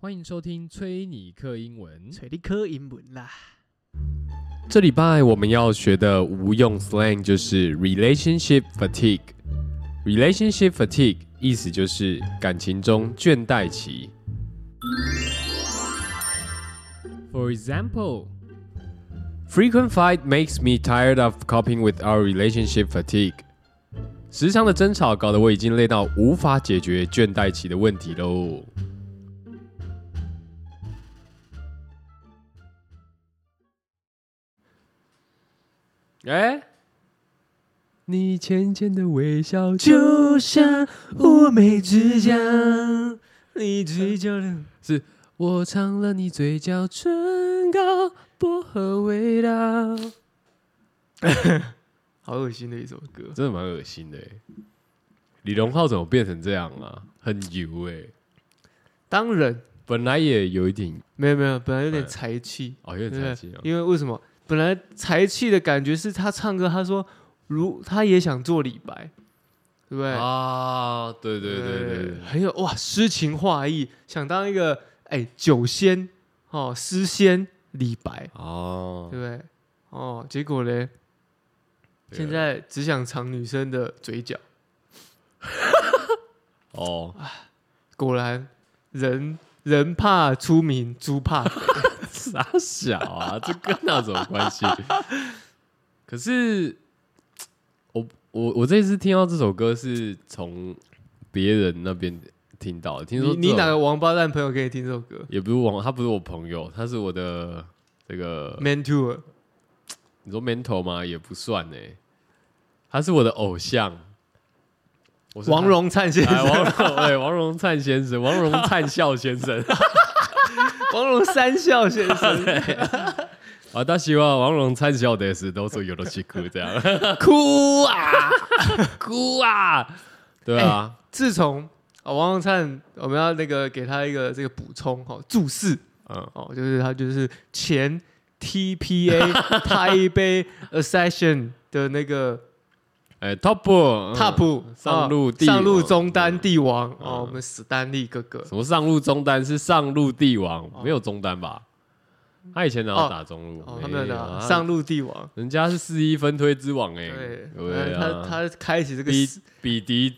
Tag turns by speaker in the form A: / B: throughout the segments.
A: 欢迎收听崔尼克英文。
B: 找你考英文啦。
A: 这礼拜我们要学的无用 slang 就是 relationship fatigue。relationship fatigue 意思就是感情中倦怠期。For example, frequent fight makes me tired of coping with our relationship fatigue。时常的争吵搞得我已经累到无法解决倦怠期的问题喽。哎、你浅浅的微笑
B: 像乌梅指甲，你嘴角的
A: 是我尝了你嘴角唇膏薄荷味道，
B: 好恶心的一首歌。
A: 真的蛮恶心的欸。李荣浩怎么变成这样啊？很油哎、
B: 当然，
A: 本来也有一点
B: 没有没有，本来有点
A: 哎
B: 才气，
A: 哦，有点
B: 对不
A: 才
B: 对
A: 气啊。
B: 因为为什么？本来才气的感觉是他唱歌，他说如他也想做李白，对不对？
A: 啊，对对对对对，
B: 很有哇诗情画意，想当一个哎酒仙哦，诗仙李白，
A: 哦
B: 对，不对？哦，结果嘞，
A: 对
B: 现在只想尝女生的嘴角。
A: 哦，
B: 果然，人人怕出名，猪怕狗
A: 傻小啊， 这跟那有什么关系？可是，我我我这次听到这首歌是从别人那边听到的，听说
B: 你你
A: 这首
B: 哪个王八蛋朋友给你听这首歌
A: 也不是网，他不是我朋友，他是我的这个
B: ？Man Tour
A: 你说 mentor 吗？也不算呢、欸他是我的偶像，我是他
B: 王。荣灿先
A: 哎，
B: 生，
A: 王荣，对，王荣灿先生，王荣灿笑先生
B: 王荣三笑先生，
A: 啊，他希望王荣灿笑的是都是有的去哭这样，
B: 哭啊！
A: 哭啊，对啊，
B: 自从啊、王荣灿，我们要那个给他一个这个补充哦，注释
A: 嗯，
B: 哦，就是他就是前 TPA 台北 Accession 的那个
A: 哎，top 嗯
B: Top、
A: 上路帝
B: 啊上路
A: 王
B: 中单帝王、哦，
A: 嗯
B: 我们史丹利哥哥
A: 什么上路中单是上路帝王，没有中单吧？他以前哪有
B: 哦
A: 打中路？
B: 哦，他们
A: 没
B: 的、
A: 有啊
B: 上路帝王。
A: 人家是四一分推之王哎、
B: 对，
A: 对
B: 呃
A: 啊，
B: 他他开启这个
A: 比
B: 四，
A: 比迪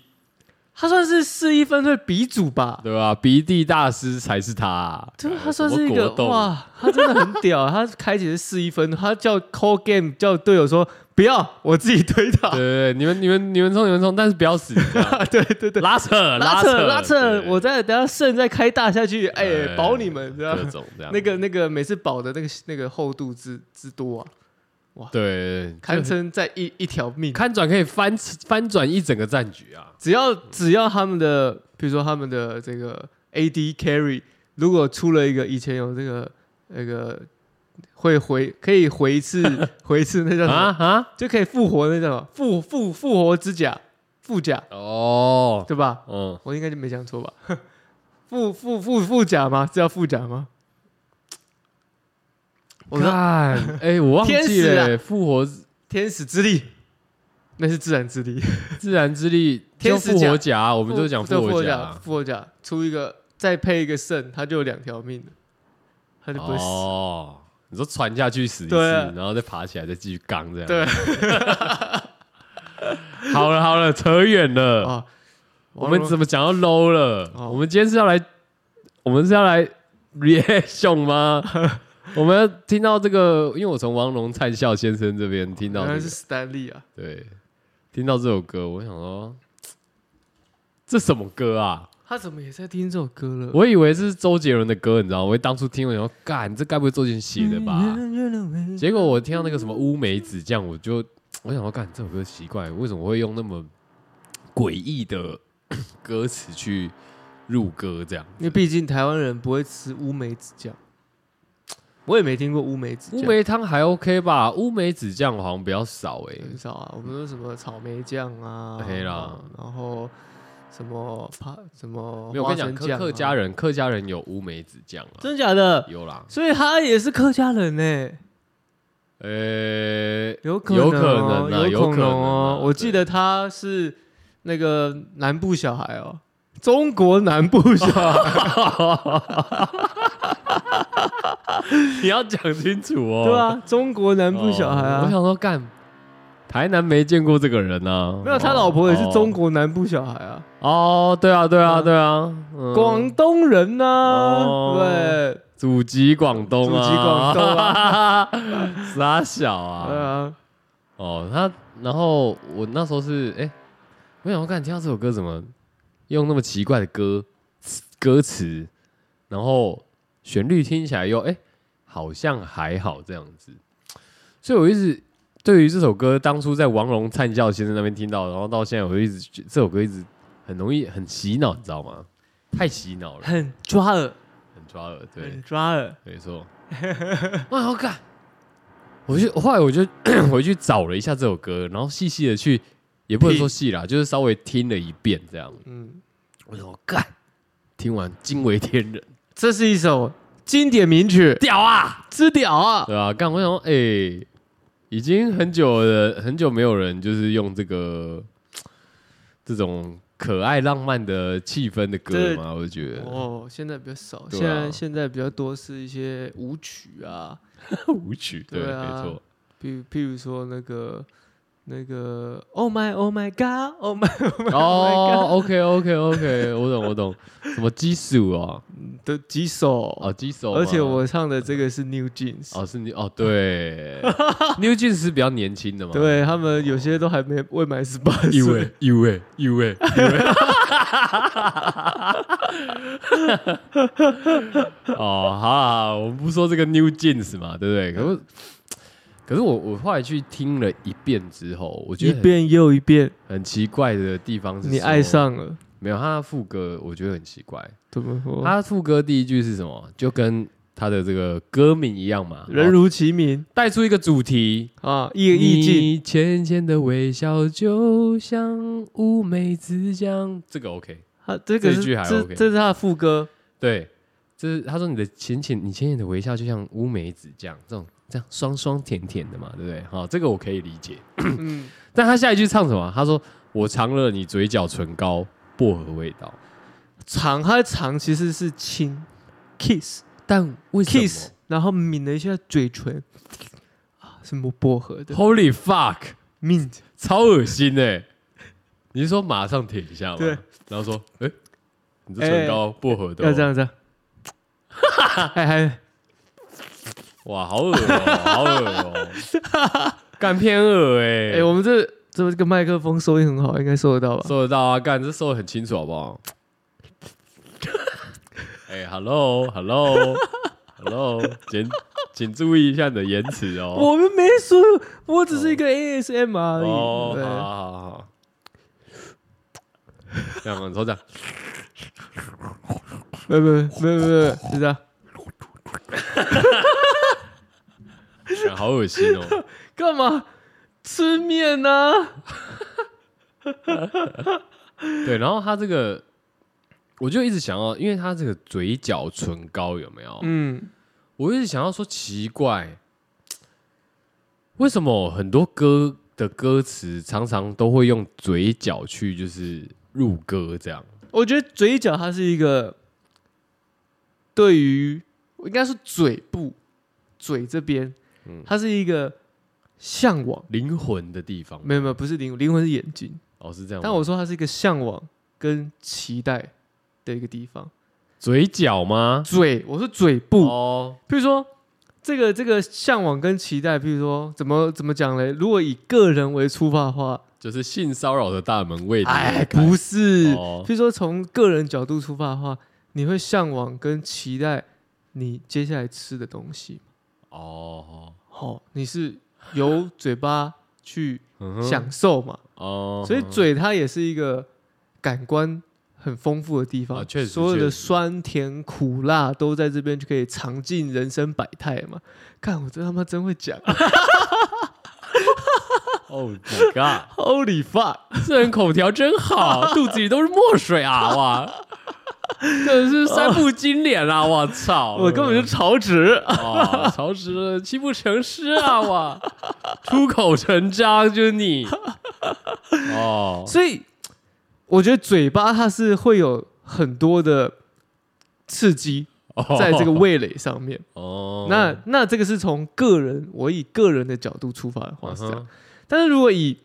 B: 他算是四一分队鼻祖吧？
A: 对吧、比迪大师才是他、
B: 对，
A: 哎
B: 他算是一
A: 什么
B: 个
A: 国栋
B: 哇，他真的很屌，啊他开启是四一分，他叫 call game 叫队友说不要，我自己推
A: 对
B: 倒。
A: 对对，你们你们你们冲你们冲，但是不要死，这样
B: 对对对，
A: 啊拉扯
B: 拉
A: 扯
B: 扯拉
A: 对
B: 扯，我再等下肾再开大下去，哎，保你们，知道
A: 各
B: 吗？
A: 种这样，
B: 那个那个每次保的那个那个厚度之 之多啊，
A: 对对对
B: 堪称在一一条命。
A: 看转可以翻翻转一整个战局啊，
B: 只要只要他们的，比如说他们的这个 AD carry，如果出了一个以前有这个那个会回可以回一次 回一次那叫什
A: 啊
B: 么，
A: 啊
B: 就可以复活那叫什么复复复活之甲副甲
A: 哦，
B: 对吧？
A: 嗯，
B: 我应该就没讲错吧？ 副副副副甲吗？这叫副甲吗？我
A: 看
B: 说
A: 哎，我忘
B: 天
A: 记
B: 使啊
A: 了，复活
B: 天使之力，那是自然之力。
A: 自然之力，
B: 天
A: 就
B: 使
A: 复
B: 甲
A: 活甲，我
B: 我
A: 们都讲复活
B: 活
A: 甲
B: 甲，
A: 啊，
B: 复活甲出一个再配一个肾，他就有两条命了，他就不会死。
A: 哦，你说传下去死一次，
B: 对啊
A: 然后再爬起来再继续刚这样。
B: 对，
A: 好了好了，扯远了。
B: 啊，
A: 我
B: 王
A: 们
B: 蓉
A: 怎么讲到 low 了？
B: 哦
A: 我们今天是要来，我们是要来 reaction 吗？我们要听到这个，因为我从王龙灿笑先生这边听到、
B: 原
A: 这
B: 来
A: 个
B: 是，史丹利啊，
A: 对，听到这首歌，我想说，这什么歌啊？
B: 他怎么也在听这首歌了？
A: 我以为是周杰伦的歌，你知道吗？我当初听我想说，干，这该不会周杰伦写的
B: 啊
A: 吧？
B: 嗯
A: 结果我听到那个什么乌梅子酱，我就我想要干这首歌奇怪，为什么会用那么诡异的歌词去入歌这样
B: 因为毕竟台湾人不会吃乌梅子酱，我也没听过乌梅子
A: 乌
B: 酱，
A: 梅汤还 OK 吧？乌梅子酱好像比较少哎、
B: 很少啊。我们说什么草莓酱啊，
A: 嘿啦
B: 啊然后什么帕什么
A: 没有，我
B: 花
A: 跟你讲，
B: 生
A: 客
B: 酱
A: 客家
B: 啊，
A: 人客家人有乌梅子酱啊，
B: 真假的，
A: 有啦，
B: 所以他也是客家人呢、欸
A: 呃、
B: 有可
A: 有
B: 能
A: 可
B: 哦、
A: 能啊有
B: 有
A: 可
B: 可
A: 能
B: 能
A: 啊
B: 哦、我
A: 对
B: 记得他是那个南部小孩哦、中国南部小孩，
A: 你要讲清楚哦。
B: 对啊，中国南部小孩
A: 哦我
B: 啊，
A: 想说干，台南没见过这个人啊。
B: 没有他老婆也是
A: 哦
B: 中国南部小孩啊，
A: 哦，对啊，对啊，对啊，嗯
B: 广东人呐，
A: 哦
B: 对
A: 祖籍广东啊，
B: 祖籍广东
A: 啊， 傻小
B: 对
A: 啊。
B: 啊，
A: 哦，他，然后我那时候是，哎，我想我干，听到这首歌怎么用那么奇怪的歌歌词，然后旋律听起来又哎，好像还好这样子，所以我一直。对于这首歌，当初在王龙灿教先生那边听到，然后到现在，我一直觉这首歌一直很容易很洗脑，你知道吗？太洗脑了，
B: 很抓耳，
A: 很抓耳。对
B: 很，抓耳，
A: 没错， 哇，好感。我就后来我就 回去找了一下这首歌，然后细细的去，也不能说细啦，就是稍微听了一遍这样。
B: 嗯，
A: 我说干，听完惊为天人，
B: 这是一首经典名曲，
A: 屌啊！
B: 之屌啊，
A: 对啊，干，我想说，哎、已经很久了，很久没有人就是用这个这种可爱浪漫的气氛的歌了嘛，我就觉得、
B: 哦，现在比较少，
A: 对啊
B: 现在现在比较多是一些舞曲啊，
A: 舞曲，对，
B: 对 啊
A: 没错，
B: 譬譬如说那个那个 Oh my Oh my God Oh my
A: 哦、o k OK OK，我懂我懂，什么基础啊？
B: 的几首，
A: 哦，基础吗，
B: 而且我唱的这个是 New Jeans，
A: 哦是你哦 对，New Jeans 是比较年轻的嘛？，
B: 对他们有些都还没未满十八
A: 一
B: 岁
A: 位，一位一 位哦，好啊，好啊我们不说这个 New Jeans 嘛，对不对？可是可是我我后来去听了一遍之后，我觉
B: 一
A: 得很
B: 遍又一遍，
A: 很奇怪的地方是
B: 你
A: 说
B: 爱上了，
A: 没有？他的副歌我觉得很奇怪。
B: 怎么说？
A: 他的副歌第一句是什么？就跟他的这个歌名一样嘛，哦
B: 人如其名
A: 带出一个主题，
B: 啊，一个意境，
A: 你浅浅的微笑就像乌梅子酱，这个 OK。
B: 他这个
A: 这一
B: 是
A: 句还
B: 这
A: OK
B: 这是他的副歌，
A: 对，这是他说你的浅浅，你浅浅的微笑就像乌梅子酱，这种这样酸酸甜甜的嘛，对不对？好，这个我可以理解。
B: 嗯，
A: 但他下一句唱什么？他说我尝了你嘴角唇膏薄荷味道，
B: 长它的长其实是亲 kiss。
A: 但嗯为什么
B: kiss，然后抿了一下嘴唇，啊，什么薄荷的
A: Holy fuck！
B: mint，
A: 超恶心哎、你是说马上舔一下吗？
B: 对，
A: 然后说，哎、你这唇膏薄荷的、哦
B: 要这样这样，还还
A: 哇，好恶哦、好恶哦、干偏恶哎、
B: 哎，我们这这个麦克风收音很好，应该收得到吧？
A: 收得到啊，干这收的很清楚好不好？ 哎、h e l l o h e l l o h e l l o 请请注意一下你的言辞哦。
B: 我们没说，我只是一个 ASM 而
A: 哦，
B: 已。
A: 好
B: 对
A: 好好好，这样啊，你说这样，
B: 不不不不不，是这样，
A: 干好恶心哦、
B: 干嘛吃面呢？
A: 对，然后他这个，我就一直想要，因为他这个嘴角唇膏有没有？
B: 嗯，
A: 我一直想要说奇怪，为什么很多歌的歌词常常都会用嘴角去就是入歌这样？
B: 我觉得嘴角它是一个对于我应该是嘴部嘴这边，它是一个向往。
A: 灵魂的地方吗
B: 没有没有，不是灵魂灵魂是眼睛，
A: 哦，是这样吗。
B: 但我说它是一个向往跟期待的一个地方。
A: 嘴角吗？
B: 嘴，我说嘴部，
A: 嗯哦，
B: 比如说这个这个向往跟期待，比如说怎么怎么讲嘞？如果以个人为出发的话，
A: 就是性骚扰的大门卫。
B: 哎，不是，
A: 哦
B: 比如说从个人角度出发的话，你会向往跟期待你接下来吃的东西。
A: 哦，
B: 哦，你是由嘴巴去
A: 嗯哼
B: 享受嘛？
A: 哦，
B: 所以嘴它也是一个感官很丰富的地方，
A: 啊确实
B: 所有
A: 确
B: 的
A: 实
B: 酸甜苦辣都在这边就可以尝尽人生百态嘛。看我这他妈真 会讲
A: Oh my god！
B: ，Holy fuck！
A: 这人口条真 好，肚子里都是墨水啊！哇，真的是三不经典 啊！我操，
B: 我根本就啊潮直，
A: 哦，曹植泣不成诗啊！哇，出口成章就是你哦，
B: 所以我觉得嘴巴它是会有很多的刺激在这个味蕾上面。
A: 哦，
B: 那那这个是从个人，我以个人的角度出发的话
A: 嗯
B: 是这样
A: 哼。
B: 但是如果以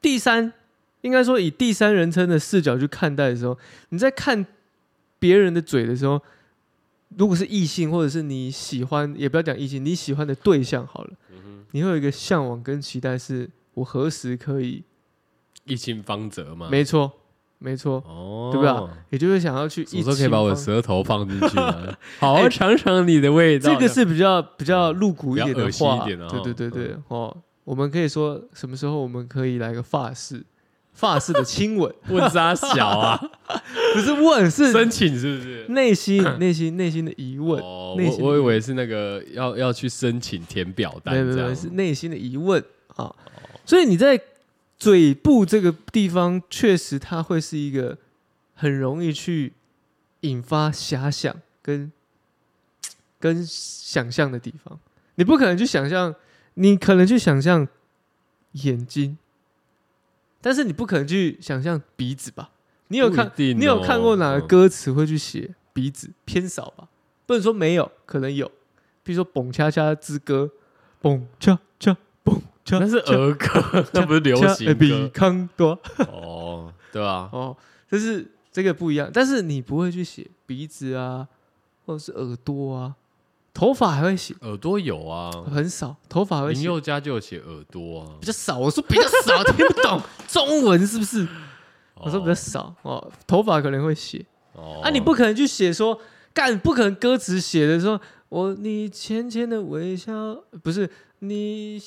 B: 第三，应该说以第三人称的视角去看待的时候，你在看别人的嘴的时候，如果是异性或者是你喜欢，也不要讲异性，你喜欢的对象好了，
A: 嗯
B: 你会有一个向往跟期待，是我何时可以？
A: 一清方泽嘛，
B: 没错，没错，
A: 嗯哦，
B: 对不对？也就是想要去
A: 什
B: 一
A: 么时候可以把我的
B: 亲
A: 舌头放进去啊？ 好
B: 哎
A: 好尝尝你的味道。
B: 这个是比较比较露骨一点
A: 嗯比较
B: 的
A: 恶心
B: 话，
A: 一点的哦
B: 对对对对哦，我们可以说什么时候我们可以来个法式，法式的亲吻，
A: 问沙小啊，
B: 不是吻，是
A: 申请是不是？
B: 内心内心内心的疑问，
A: 哦，
B: 内
A: 我
B: 心的
A: 我以为是那个要要去申请填表单
B: 没有没有
A: 这
B: 没有
A: 样。
B: 是内心的疑问啊，所以你在嘴部这个地方，确实它会是一个很容易去引发遐想跟跟想象的地方。你不可能去想象，你可能去想象眼睛，但是你不可能去想象鼻子吧？你有看、
A: 不一定哦
B: 你有看过哪个歌词会去写鼻子？偏少吧，不能说没有，可能有。比如说《蹦恰恰之歌》，蹦恰恰蹦恰恰，哎
A: 那是儿歌， 那不是流行
B: 比
A: 歌
B: 康多
A: 哦，对吧？
B: 哦，就是这个不一样。但是你不会去写鼻子啊，或者是耳朵啊，头发还会写，
A: 耳朵有啊，
B: 很少，头发还会
A: 林
B: 写
A: 宥嘉就有写耳朵啊
B: 比。较少。我说比较少，听不懂中文是不是？我说比较
A: 哦
B: 少哦，头发可能会写，
A: 哦
B: 啊，你不可能去写说干，不可能歌词写的说我你浅浅的微笑，不是你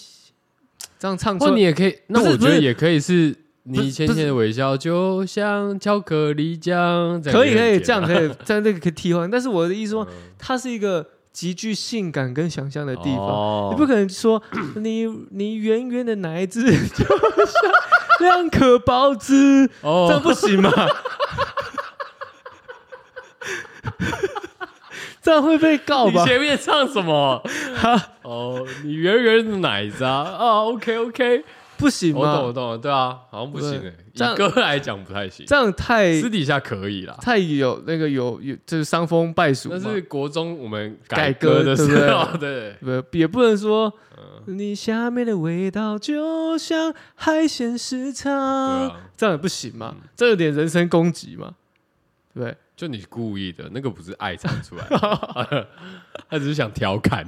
B: 这样唱出
A: 哦或
B: 来
A: 你也可以，那
B: 不是
A: 我觉
B: 不
A: 得
B: 是
A: 也可以是
B: 不是
A: 你浅浅的微笑，就像巧克力酱。这样
B: 可以可以
A: 很
B: 这
A: 简单
B: 样可以，这样这个可以替换。但是我的意思说，
A: 啊嗯
B: 它是一个极具性感跟想象的地方，
A: 哦
B: 你不可能说 你你圆圆的奶子 就像两颗包子，这样
A: 哦，
B: 不行嘛？这样会被告
A: 你
B: 吧？
A: 前面唱什 么？哦，你圆圆的奶子啊，啊，OK OK，
B: 不行
A: 我懂
B: 嘛
A: 我？懂，对啊，好像不行诶，
B: 这样
A: 以歌来讲不太行，
B: 这样太
A: 私底下可以啦。
B: 太有那个有有就是伤风败俗嘛
A: 那，是国中我们
B: 改
A: 歌
B: 歌
A: 的
B: 对不
A: 时
B: 对
A: 候，对，
B: 不也不能说
A: 嗯
B: 你下面的味道就像海鲜市
A: 对
B: 场，
A: 啊，
B: 这样也不行嘛，这有点人身攻击嘛，对不对？
A: 就你故意的，那个不是爱唱出来的， 他只是想调 侃，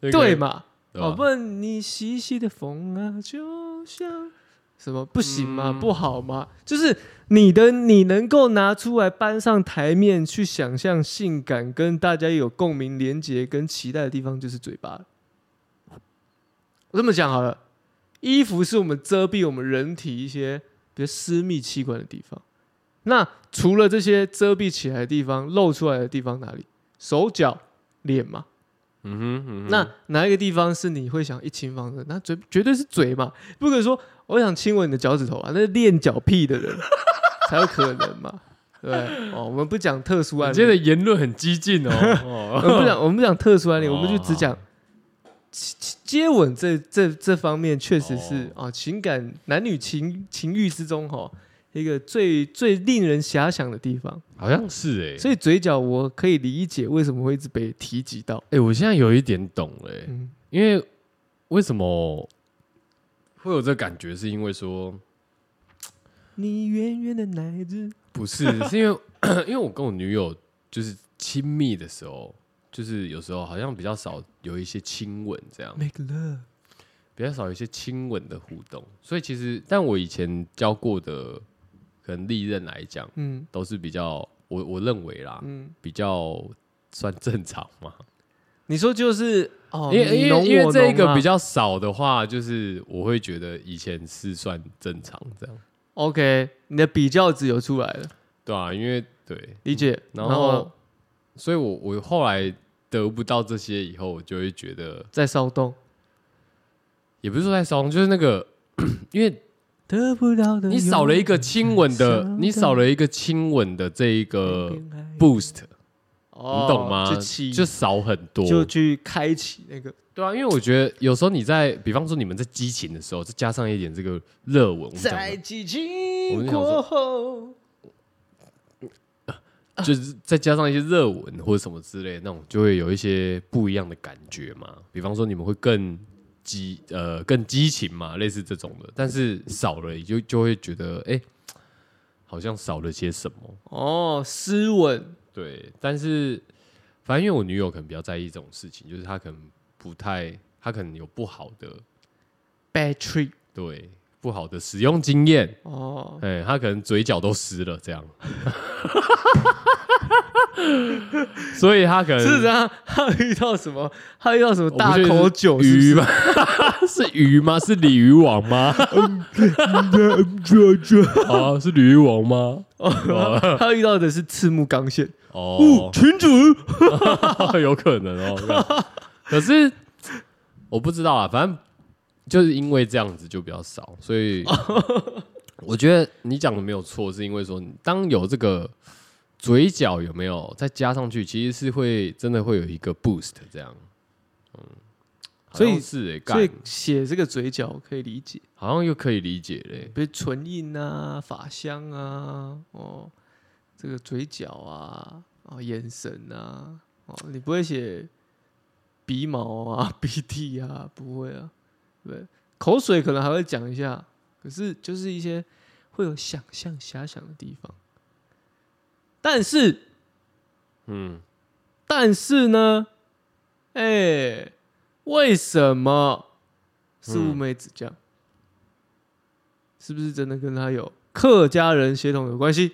A: 对
B: 对嘛？
A: 吧
B: 哦，不然你习习的风啊，就像什么不行嘛，
A: 嗯
B: 不好嘛，就是你的你能够拿出来搬上台面去想象性感，跟大家有共鸣、连接跟期待的地方，就是嘴巴了。我这么讲好了，衣服是我们遮蔽我们人体一些比较私密器官的地方。那除了这些遮蔽起来的地方，露出来的地方哪里？手脚、脸嘛。
A: 嗯哼，嗯哼
B: 那哪一个地方是你会想一亲方的？那嘴绝对是嘴嘛，不可能说我想亲吻你的脚趾头啊，那是练脚屁的人才有可 能嘛，对不对哦，我们不讲特殊案
A: 你今天的
B: 例，
A: 言论很激进哦
B: 我
A: 哦，
B: 们不讲我们不讲特殊案例，
A: 哦
B: 我们就只讲亲亲接吻这这这方面，确实是
A: 哦
B: 啊，情感男女情情欲之中哈、一个最最令人遐想的地方，
A: 好像是哎、
B: 所以嘴角我可以理解为什么会一直被提及到，
A: 哎、我现在有一点懂了欸、
B: 嗯
A: 因为为什么会有这感觉，是因为说
B: 你圆圆的奶子。
A: 不 是，是因为 因为我跟我女友就是亲密的时候，就是有时候好像比较少有一些亲吻这样，
B: Make love，
A: 比较少有一些亲吻的互动，所以其实但我以前教过的可能历任来讲，
B: 嗯
A: 都是比较我我认为啦，
B: 嗯，
A: 比较算正常嘛，
B: 你说就是哦，
A: 因为
B: 你
A: 因
B: 侬
A: 为因
B: 我
A: 为这
B: 侬
A: 个
B: 啊
A: 比较少的话，就是我会觉得以前是算正常这样，
B: OK，你的比较值有出来了，
A: 对啊，因为对，
B: 理解。
A: 嗯然
B: 然
A: 后所以我我后来得不到这些以后，我就会觉得，
B: 再骚动，
A: 也不是说在骚动，就是那个， 因为
B: 得不到的
A: 你少了一个亲吻的，
B: 嗯
A: 你少了一个亲吻的这一个 boost，你懂吗？
B: 哦就起
A: 就少很多，
B: 就去开启那个，
A: 对啊，因为我觉得有时候你在，比方说你们在激情的时候，再加上一点这个热吻，我们讲的
B: 在激情
A: 我们想说
B: 过后，
A: 就是再加上一些热文或者什么之类的那种，就会有一些不一样的感觉嘛。比方说你们会更激呃更激情嘛，类似这种的，但是少了也就就会觉得哎、好像少了些什么。
B: 哦，斯文，
A: 对，但是反正因为我女友可能比较在意这种事情，就是她可能不太，她可能有不好的
B: bad trip，
A: 对不好的使用经验，
B: 哦，
A: 哎、她可能嘴角都湿了这样， 所以她可能
B: 是这样。他遇到什么？他遇到什么
A: 嗯我不
B: 大
A: 确定是
B: 口酒是不是
A: 鱼吗？ 是鱼吗？ 是鲤鱼王吗？ 啊，是鲤鱼王吗？
B: 哦， 他遇到的是赤木刚宪，
A: 哦，
B: 群主
A: 有可能 哦。可是我不知道啊，反正就是因为这样子就比较少，所 以我觉得你讲的没有错，是因为说当有这个嘴角有没有再加上去，其实是会真的会有一个 boost 这样。嗯，
B: 所以
A: 好像是诶、
B: 所
A: 干
B: 以写这个嘴角可以理解，
A: 好像又可以理解嘞、
B: 比如唇印啊、发香啊，哦，这个嘴角啊，哦，眼神啊，哦，你不会写鼻毛啊、 鼻涕啊，不会啊，对不对，口水可能还会讲一下，可是就是一些会有想象遐想的地方，但是
A: 嗯，
B: 但是呢，哎、为什么是
A: 嗯
B: 乌梅子酱？是不是真的跟他有客家人血统有关系？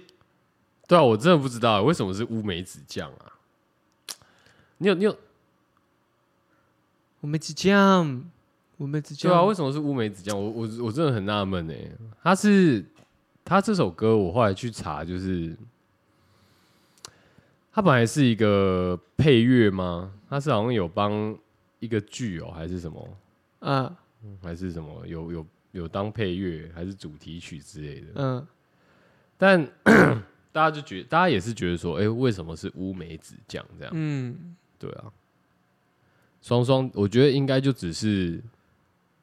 A: 对啊，我真的不知道欸为什么是乌梅子酱啊？你有你有
B: 乌梅子酱，乌梅子
A: 对
B: 酱，
A: 啊？为什么是乌梅子酱？我我我真的很纳闷哎，他是他这首歌，我后来去查，就是他本来是一个配乐吗？他是好像有帮一个剧哦，还是什么，
B: 啊，
A: 还是什么有有有当配乐，还是主题曲之类的。
B: 嗯，
A: 但 大家就觉大家也是觉得说，哎、为什么是乌梅子酱这样？
B: 嗯，
A: 对啊，双双，我觉得应该就只是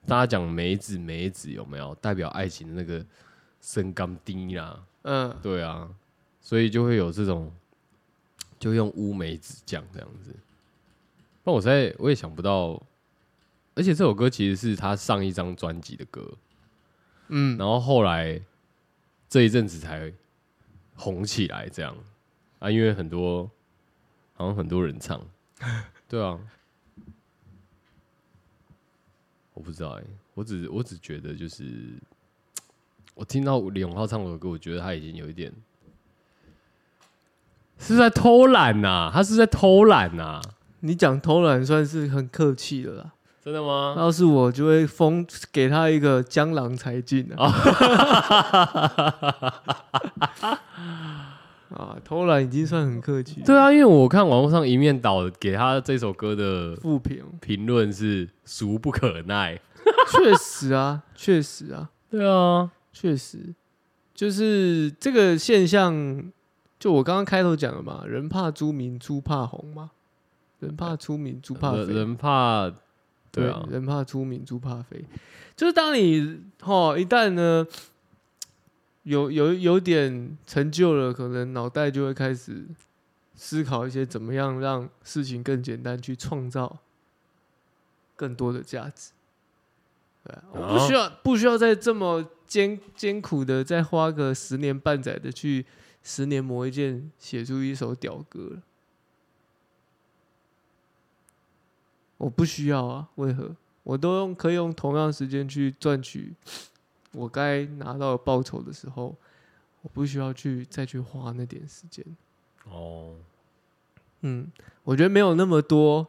A: 大家讲梅子梅子有没有代表爱情的那个升刚低啦？
B: 嗯，
A: 对啊，所以就会有这种，就用乌梅子酱这样子。那我在我也想不到，而且这首歌其实是他上一张专辑的歌，
B: 嗯，
A: 然后后来这一阵子才红起来这样啊，因为很多好像很多人 唱，对啊，我不知道哎、我只我只觉得就是我听到李荣浩唱我的歌，我觉得他已经有一点是不是在偷懒呐、他是不是在偷懒呐、
B: 你讲偷懒算是很客气的啦。
A: 真的吗？
B: 要是我就会封给他一个江郎才尽啊！ 啊，偷懒已经算很客气了。
A: 对啊，因为我看网络上一面倒给他这首歌的
B: 负评，
A: 评论是俗不可耐。
B: 确实啊，确实啊，
A: 对啊，
B: 确实，就是这个现象，就我刚刚开头讲的嘛，人怕出名，猪怕红嘛，人怕出名，猪怕
A: 人
B: 肥，
A: 人怕，对啊，
B: 人怕出名，猪怕肥，就是当你哦一旦呢有有有点成就了，可能脑袋就会开始思考一些怎么样让事情更简单，去创造更多的价值。对啊，我
A: 哦
B: 不需要不需要再这么艰艰苦的再花个十年半载的去十年磨一剑，写出一首屌歌了。我不需要啊，为何？我都用可以用同样时间去赚取我该拿到的报酬的时候，我不需要去再去花那点时间。
A: 哦，
B: 嗯，我觉得没有那么多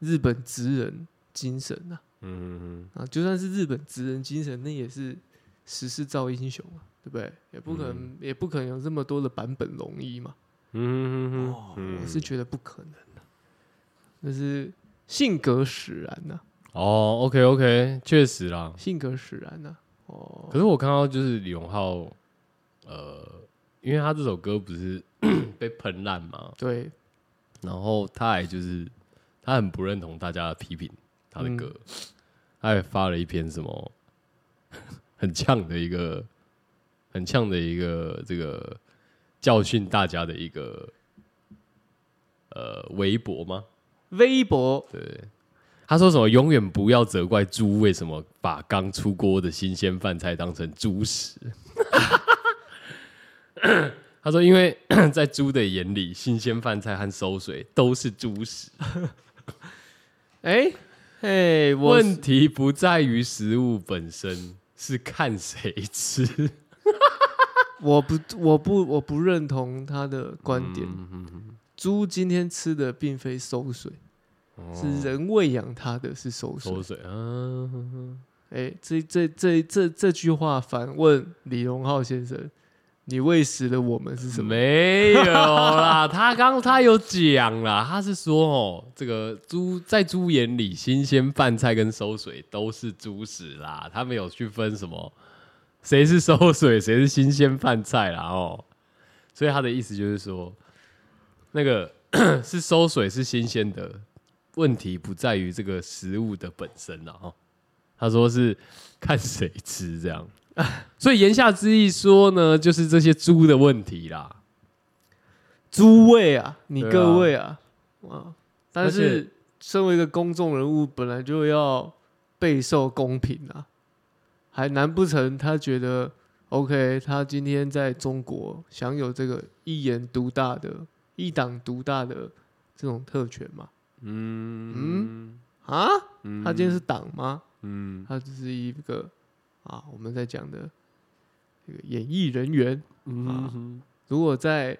B: 日本职人精神啊
A: 嗯，
B: 啊，就算是日本职人精神，那也是时势造英雄啊，对不对？也不可能，也不可能有这么多的版本龙一嘛。
A: 嗯
B: 哦，
A: 嗯
B: 我是觉得不可能的、那是性格使然呐、
A: 哦，OK OK，确实啦。
B: 性格使然呐、哦，
A: 可是我看到就是李荣浩，呃，因为他这首歌不是 被喷烂嘛，
B: 对，
A: 然后他还就是他很不认同大家的批评他的歌，他还发了一篇什么 很呛的一个很呛的一个这个教训大家的一个呃微博吗？
B: 微博
A: 对，他说什么永远不要责怪猪为什么把刚出锅的新鲜饭菜当成猪食。 他说，因为 在猪的眼里，新鲜饭菜和馊水都是猪食。
B: 哎嘿，我
A: 问题不在于食物本身，是看谁吃。
B: 我不我不我不认同他的观点。
A: 嗯嗯嗯
B: 猪今天吃的并非馊水，
A: 哦
B: 是人喂养它的，是馊水。
A: 馊水啊，
B: 哎，这这这这这句话反问李荣浩先生：“你喂食了我们是什
A: 嗯
B: 么
A: 没有啦，他刚他有讲啦，他是说哦，这个猪在猪眼里，新鲜饭菜跟馊水都是猪屎啦，他没有去分什么谁是馊水，谁是新鲜饭菜啦哦，所以他的意思就是说，那个 是馊水是新鲜的，问题不在于这个食物的本身啦哦，他说是看谁吃这样。所以言下之意说呢，就是这些猪的问题啦。
B: 猪喂啊？你
A: 对啊
B: 各位啊，啊！但
A: 而
B: 是身为一个公众人物，本来就要备受公平啊，还难不成他觉得 OK？他今天在中国享有这个一言独大的、一党独大的这种特权吗？
A: 嗯
B: 啊？
A: 嗯
B: 他今天是党吗？
A: 嗯
B: 他只是一个啊，我们在讲的这个演艺人员，
A: 嗯，
B: 如果在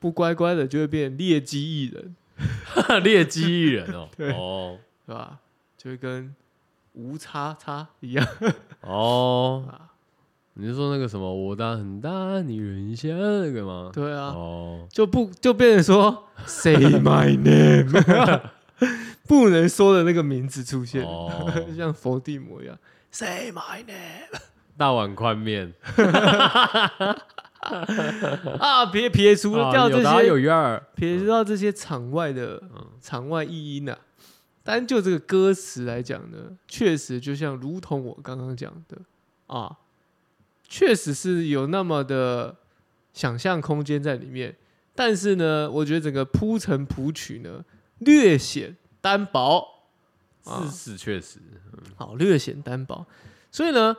B: 不乖乖的，就会变劣迹艺人，
A: 劣迹艺人哦，哦
B: 对吧？就会跟吴叉叉一样。
A: 哦，你是说那个什么我大很大，你忍一下那个吗？
B: 对啊，
A: 哦，
B: 就不就变成说 Say my name，不能说的那个名字出现，
A: 哦
B: 像伏地魔一样 Say my name
A: 大碗宽 面，
B: 啊！别撇除了
A: 啊
B: 掉这
A: 有答
B: 些
A: 有院儿，
B: 撇除掉这些场外的场外意音呐、啊，单就这个歌词来讲呢，确实就像如同我刚刚讲的啊，确实是有那么的想象空间在里面，但是呢，我觉得整个铺陈谱曲呢略显单薄，啊
A: 是是确实，
B: 好，略显单薄。所以呢，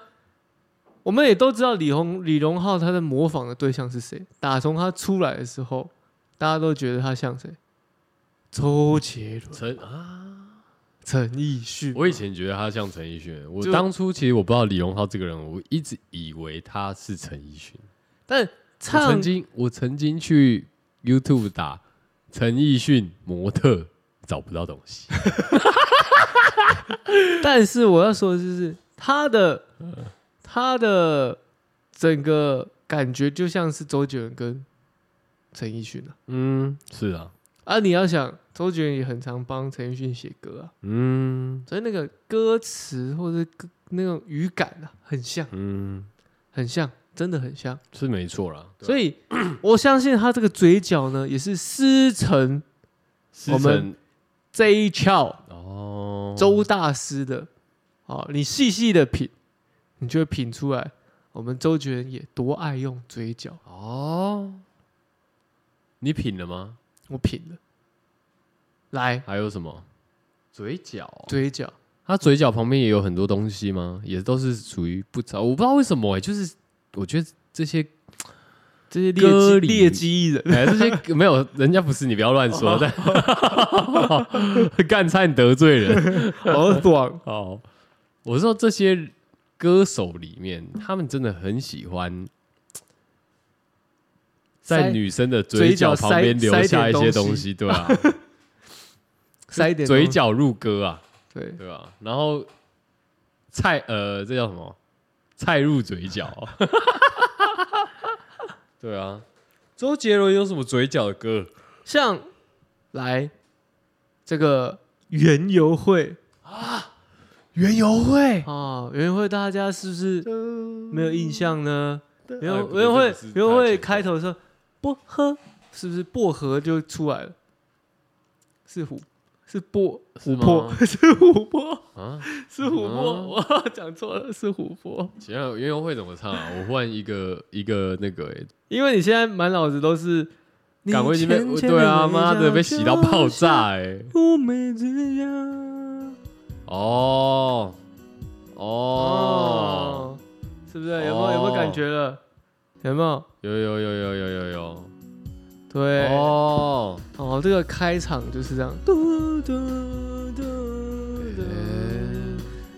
B: 我们也都知道李宏、李荣浩他在模仿的对象是谁。打从他出来的时候，大家都觉得他像谁？周杰伦、
A: 陈啊，
B: 陈奕迅。
A: 我以前觉得他像陈奕迅，我
B: 就
A: 当初其实我不知道李荣浩这个人，我一直以为他是陈奕迅。
B: 但
A: 我
B: 唱
A: 曾经我曾经去 YouTube 打陈奕迅模特，找不到东西。
B: 但是我要说的就是他的
A: 嗯
B: 他的整个感觉就像是周杰伦跟陈奕迅啊。
A: 嗯，是啊，
B: 啊，你要想，周杰伦也很常帮陈奕迅写歌啊，
A: 嗯
B: 所以那个歌词或者歌那种语感啊，很像。
A: 嗯，
B: 很像，真的很像。
A: 是没错啦。
B: 所以 我相信他这个嘴角呢，也是师承
A: 以
B: 我们这一窍
A: 哦，
B: 周大师的。哦，你细细的品，你就会品出来。我们周杰伦也多爱用嘴角，
A: 哦，你品了吗？
B: 我品了。来，
A: 还有什么？嘴角，啊
B: 嘴角，
A: 他嘴角旁边也有很多东西吗？也都是属于不着，我不知道为什么哎、就是我觉得这些
B: 这些劣
A: 歌
B: 迹
A: 里
B: 劣迹艺人，
A: 哎，这些没有人家不是你不要乱说， 但干差点得罪人。
B: 好 爽。
A: 哦，我说这些歌手里面，他们真的很喜欢在
B: 塞
A: 女生的嘴角
B: 嘴角
A: 旁边
B: 塞
A: 留下一些
B: 塞点东
A: 东
B: 西
A: 西，对啊，
B: 塞一点
A: 嘴
B: 东西，
A: 角入歌啊，
B: 对，
A: 对啊，然后菜呃，这叫什么？菜入嘴角。 对啊，周杰伦有什么嘴角的 歌？
B: 像来这个园游会
A: 园游会
B: 啊，园游会大家是不是没有印象呢？
A: 没
B: 原原会原会开头说薄荷，是不是薄荷就出来了？是琥是薄
A: 是
B: 琥
A: 吗
B: 珀 是琥珀
A: 啊，
B: 是
A: 啊
B: 琥珀，我讲错了是琥珀，
A: 其他园游会怎么唱啊？我换一个一个那个、欸，
B: 因为你现在满脑子都是
A: 赶我已经被对啊，妈的被洗到爆！炸哎、
B: 乌梅之乡。
A: 哦哦，
B: 哦，是不是？有没有有没有感觉了？有没有？
A: 有有有有有有有
B: 对，哦，
A: 哦，
B: 这个开场就是这样。嘟嘟嘟嘟。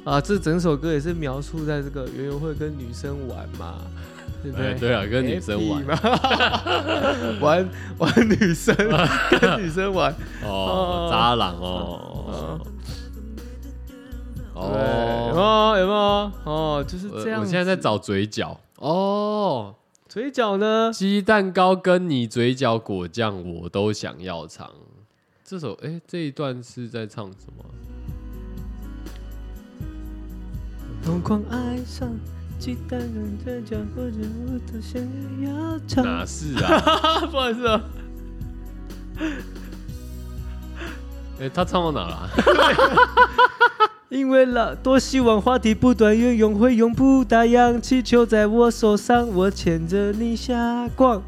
A: 哎
B: 啊，这整首歌也是描述在这个园游会跟女生玩嘛，对不
A: 哎
B: 对？
A: 对啊，跟女生玩
B: Happy 嘛， 玩玩女生，跟女生玩，
A: 哦，渣男哦
B: 对，有没
A: 哦，
B: 有？有没有？哦，就是
A: 我
B: 这样
A: 我
B: 子。
A: 现在在找嘴角哦，
B: 嘴角呢？
A: 鸡蛋糕跟你嘴角果酱我都想要尝。这首哎、这一段是在唱什么？
B: 疯狂爱上鸡蛋人嘴角，或者我的想要唱。
A: 哪是 啊？
B: 不好意思啊，
A: 哎、他唱到哪了、
B: 因为了多希望话题不断，愿永会永不打烊。气球在我手上，我牵着你瞎逛。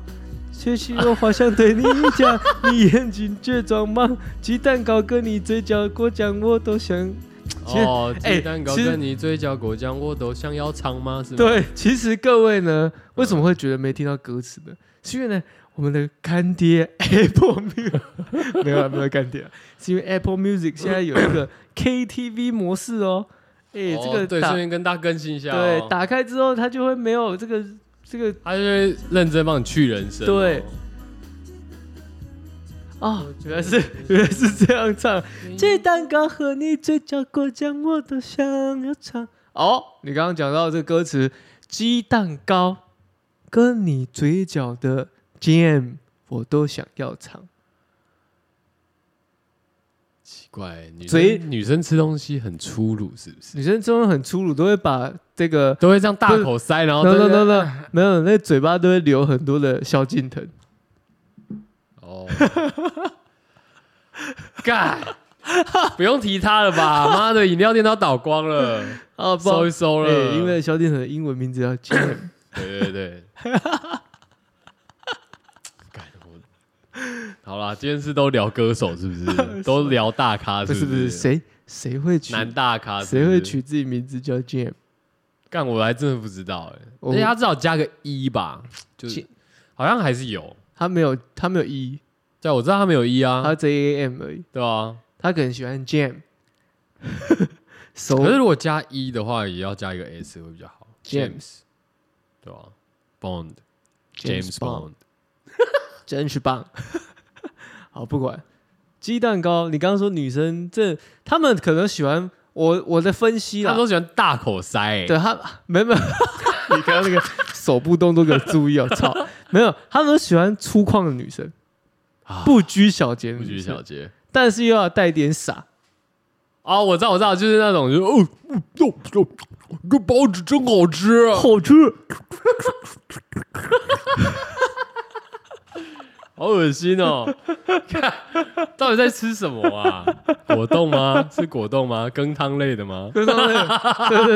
B: 学习我好想对你讲，你眼睛却装忙。鸡蛋糕跟你嘴角果酱，我都想。其实
A: 哦，
B: 哎
A: 鸡蛋糕
B: 其实
A: 跟你嘴角果酱我都想要尝吗？是吗？
B: 对，其实各位呢，为什么会觉得没听到歌词呢？是因为呢，我们的干爹 Apple Music 没有啊没有干爹啊，是因为 Apple Music 现在有一个 KTV 模式哦。哎、
A: 哦
B: 这个
A: 对，
B: 打
A: 顺便跟大家更新一下、哦，
B: 对，打开之后它就会没有这个这个
A: 他就会认真帮你去人生、哦
B: 对，啊、原来是原来是这样唱。这蛋糕和你嘴角果酱我都想要尝。哦，你刚刚讲到这个歌词，鸡蛋糕跟你嘴角的 jam 我都想要尝。
A: 奇怪，女
B: 所以
A: 生女生吃东西很粗鲁，是不是？
B: 女生中文很粗鲁，都会把这个
A: 都会这样大口塞，然后
B: no
A: 在
B: no
A: 那
B: no no 没有，那嘴巴都会流很多的萧敬腾。
A: 哦，干，不用提他了 吧？妈的，饮料店都要倒光了，
B: 啊，不好
A: 收
B: 意
A: 一
B: 思，
A: 收了。
B: 哎因为萧敬腾的英文名字叫 jam。
A: 对对对，干我， 好啦，今天是都聊歌手是不是？都聊大咖
B: 不
A: 是
B: 是不是，
A: 是？
B: 谁谁会取
A: 男大咖是不
B: 谁
A: 是
B: 会？取自己名字叫 Jam？
A: 干，我还真的不知道哎、
B: 我
A: 而且他至少加个一吧，就是
B: 切
A: 好像还是有。
B: 他没有他没有 E，
A: 对，我知道他没有一啊，
B: 他 J A M 而已。
A: 对啊。
B: 他可能喜欢 Jam，手
A: 可是如果加一的话，也要加一个 S 会比较好。
B: James
A: 对吧？Bond James Bond，
B: 真是棒。 好，不管鸡蛋糕，你刚刚说女生这他们可能喜欢我我的分析
A: 他
B: 啦
A: 们，都喜欢大口塞、欸。
B: 对啊他没没有， 你刚刚那个手部动作给我注意哦，操，没有，他们都喜欢粗犷的女生，
A: 啊，
B: 不拘小节的
A: 不
B: 女
A: 拘
B: 生，
A: 小节。
B: 但是又要带点傻。
A: 哦，我知道，我知道，就是那种，就是哦，哦哟哟，这包子真好吃、啊，
B: 好吃，
A: 好恶心哦！ 看，到底在吃什么啊？果冻吗？是果冻吗？羹汤类的吗？
B: 对对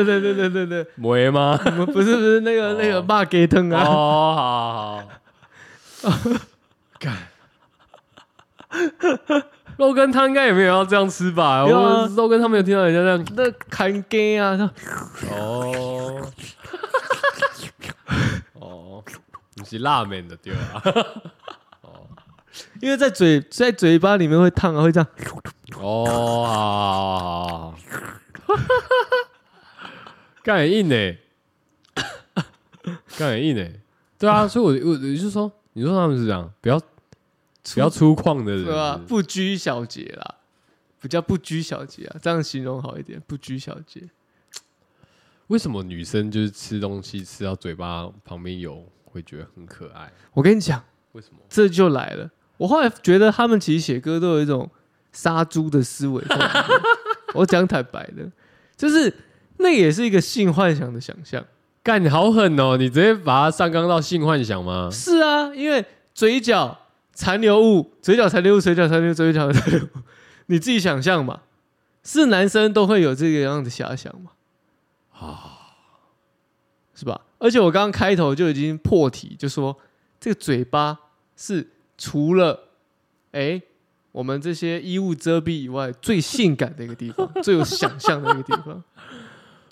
B: 对对对对对，
A: 母爷吗？
B: 我们不是不是那个那个骂给 疼
A: 哦，
B: 啊，
A: 好好哦好， 干。肉羹汤应该也没有要这样吃吧？
B: 没有啊
A: 我肉羹汤没有听到人家这样
B: 那砍给啊，
A: 哦， 哦，你是辣面的对啊？
B: 因为在嘴在嘴巴里面会烫啊，会这样。
A: 哦，好好好好 好，干很硬呢、 干很硬呢、对啊，所以我我我就说，你说他们是这样，比较比较粗犷的人
B: 是吧？不拘小节啦，比较不拘小节啊，这样形容好一点，不拘小节。
A: 为什么女生就是吃东西吃到嘴巴旁边有会觉得很可爱？
B: 我跟你讲，
A: 为什么？
B: 这就来了。我后来觉得他们其实写歌都有一种杀猪的思维在里 面。我讲坦白的，就是那也是一个性幻想的想象。
A: 干你好狠哦！你直接把它上纲到性幻想吗？
B: 是啊，因为嘴角残留物，嘴角残留物，嘴角残留物，嘴角残留物，你自己想象嘛。是男生都会有这个样的遐想嘛？啊，是吧？而且我刚刚开头就已经破题，就说这个嘴巴是除了哎、我们这些衣物遮蔽以外，最性感的一个地方，最有想象的一个地方。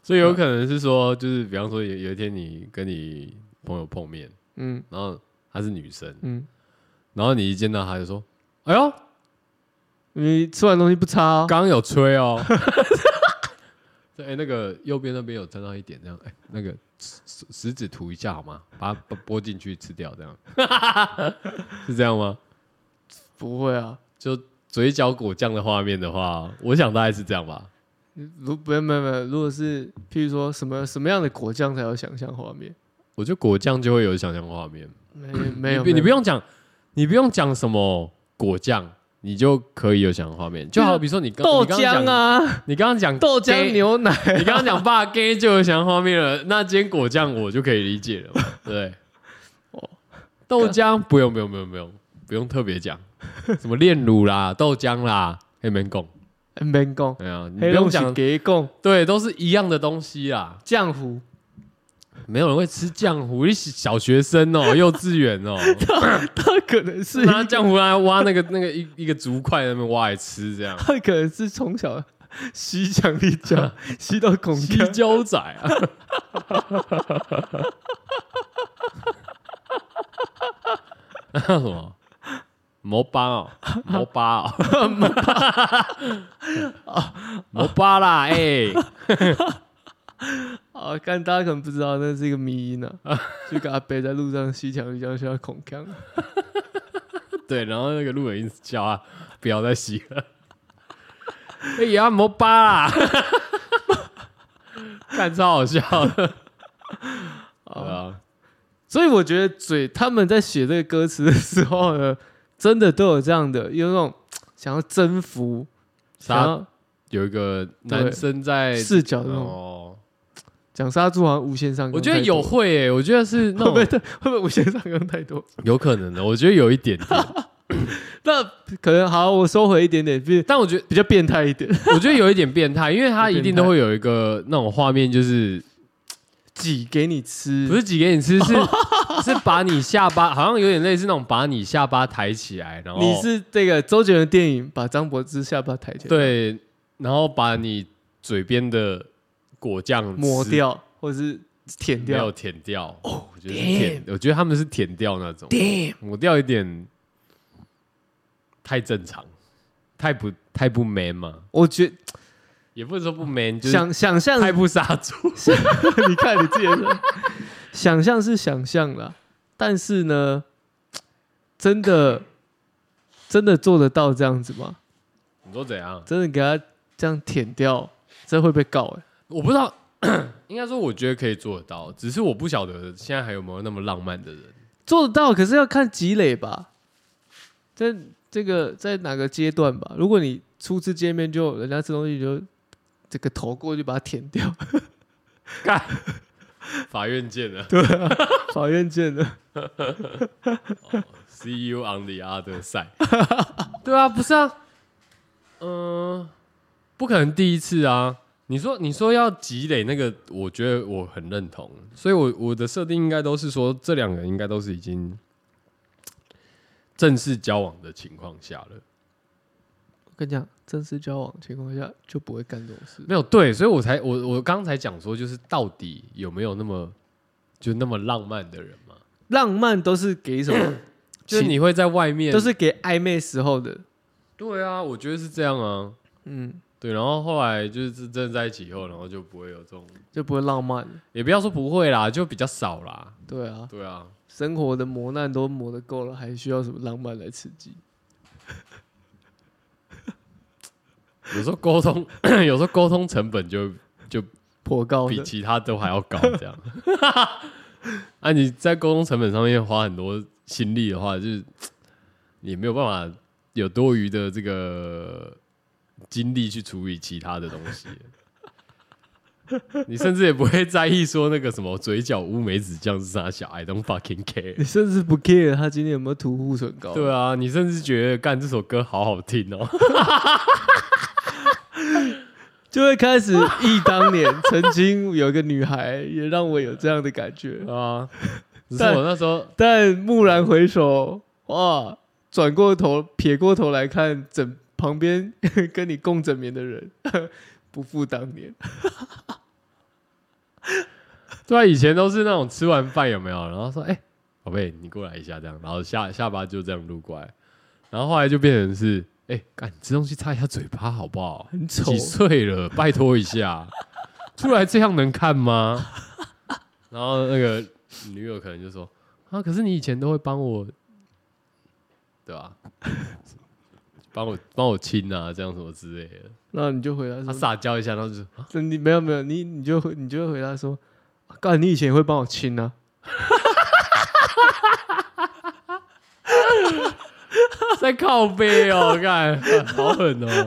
A: 所以有可能是说，就是比方说有有一天你跟你朋友碰面，
B: 嗯
A: 然后她是女生，
B: 嗯，
A: 然后你一见到她就说：“哎呦，
B: 你吃完东西不擦哦，
A: 刚刚有吹 哦。对，哎那个右边那边有沾到一点，这样，哎、那个食食指涂一下好吗？把它拨拨进去吃掉，这 样，是这样吗？
B: 不会啊，
A: 就嘴角果酱的画面的话，我想大概是这样吧。
B: 如不没有没有，如果是譬如说什么什么样的果酱才有想象画面？
A: 我觉得果酱就会有想象画面，
B: 没 没有，
A: 你不你不
B: 用
A: 用讲，你不用讲什么果酱，你就可以有想象画面。就好比说你刚
B: 豆浆，啊，
A: 你刚刚讲你刚刚讲
B: 豆浆
A: gay，
B: 牛奶，
A: 你刚刚讲爸 gay 就有想象画面了，那今天果酱我就可以理解了 嘛，对不对？
B: 哦
A: 哦，豆浆不用不用不用不用不用特别讲， 什么炼乳啦、豆浆啦，黑门贡，
B: 没讲，
A: 哎呀，你不
B: 黑
A: 用
B: 龙江
A: 讲，
B: 给贡
A: 对，都是一样的东西啦。
B: 浆糊，
A: 没有人会吃浆糊，你小学生哦，幼稚园哦，
B: 它可能是
A: 拿浆糊来挖那个 那个一一个竹块，在那边挖来吃，这样
B: 他可能是从小吸奖励奖，吸到恐
A: 啊西
B: 吓。
A: 郊仔啊， 那叫什么？摩巴哦，摩巴哦， 摩巴啦，哎、
B: 啊！但大家可能不知道，那是一个迷因啊，就个阿伯在路上吸强力胶，需要恐吓。
A: 对，然后那个路人一直叫他不要再洗了，哎呀，摩巴啦， 看超好笑的，对啊，
B: 所以我觉得嘴他们在写这个歌词的时候呢，真的都有这样的，有那种想要征服、想
A: 啥
B: 要
A: 有一个男生在
B: 视角的那种。
A: 哦，
B: 讲杀猪好像无限上纲
A: 我
B: 太
A: 觉
B: 多，
A: 得有会诶、我觉得 是那
B: 会不会
A: 种
B: 太会不会无限上纲太多？
A: 有可能的，我觉得有一点点，
B: 那可能好，我收回一点点，比
A: 但我觉得
B: 比较变态一点，
A: 我觉得有一点变态，因为他一定都会有一个那种画面，就是
B: 挤给你吃，
A: 不是挤给你吃， 是是把你下巴，好像有点类似那种把你下巴抬起来，然后
B: 你是这个周杰伦电影把张柏芝下巴抬起来，，
A: 对，然后把你嘴边的果酱
B: 抹
A: 汁
B: 掉或者是舔
A: 没有
B: 掉。
A: 舔掉。哦，我觉得是舔，我觉得他们是舔掉那种，
B: Damn，
A: 抹掉一点太正常，太不太不 man 嘛，
B: 我觉得
A: 也不是说不 man，就是
B: 想想象，
A: 太不杀猪。
B: 你看你自己的人，想象是想象啦，但是呢，真的真的做得到这样子吗？
A: 你说怎样？
B: 真的给他这样舔掉，这会被告哎、
A: 我不知道，应该说我觉得可以做得到，只是我不晓得现在还有没有那么浪漫的人。
B: 做得到，可是要看积累吧，在这个在哪个阶段吧。如果你初次见面就人家吃东西你就这个头过去把它舔 掉，
A: 法院见了
B: 法院见了。
A: ，See you E on the other side。对啊，不是啊，嗯、不可能第一次啊。你说你说要积累那个，我觉得我很认同，所以我我的设定应该都是说，这两个人应该都是已经正式交往的情况下了。
B: 我跟你讲，正式交往的情况下就不会干这种事。
A: 没有对，所以我才我我刚才讲说，就是到底有没有那么就那么浪漫的人嘛？
B: 浪漫都是给什 么？
A: 就是你会在外面，
B: 都是给暧昧时候的。
A: 对啊，我觉得是这样啊，
B: 嗯，
A: 对。然后后来就是真正在一起以后，然后就不会有这种，
B: 就不会浪漫。
A: 也不要说不会啦，就比较少啦。
B: 对啊，
A: 对啊，
B: 生活的磨难都磨得够了，还需要什么浪漫来刺激？
A: 有时候沟通， 有时候沟通成本就
B: 颇高
A: 比
B: 的，
A: 其他都还要高，这样。 啊，你在沟通成本上面花很多心力的话，就是也没有办法有多余的这个精力去处理其他的东西。 你甚至也不会在意说那个什么嘴角乌梅子酱是啥小，I don't fucking care
B: 你。甚至不 care 他今天有没有涂护唇膏。
A: 对啊，你甚至觉得干这首歌好好听哦。
B: 就会开始 忆当年，曾经有一个女孩也让我有这样的感觉，
A: 啊，只是
B: 但
A: 我那时候
B: 但蓦然回首，哇，转过头撇过头来看枕旁边 跟你共枕眠的人， 不复当年。
A: 对啊，以前都是那种吃完饭有没有，然后说哎，宝、贝你过来一下这样，然后下下巴就这样撸过来，然后后来就变成是哎，干、你吃东西擦一下嘴巴好不好？
B: 很丑
A: 几岁了，拜托一下，出来这样能看吗？然后那个女友可能就说啊，可是你以前都会帮我，对吧、帮我帮我亲啊，这样什么之类的，
B: 然后你就回答
A: 他
B: 说
A: 撒娇一下，然后就说：“ 啊：“
B: 真的没有没有，你你就会你就会回答说，啊干、你以前也会帮我亲啊。
A: 在靠背 哦，看好狠哦，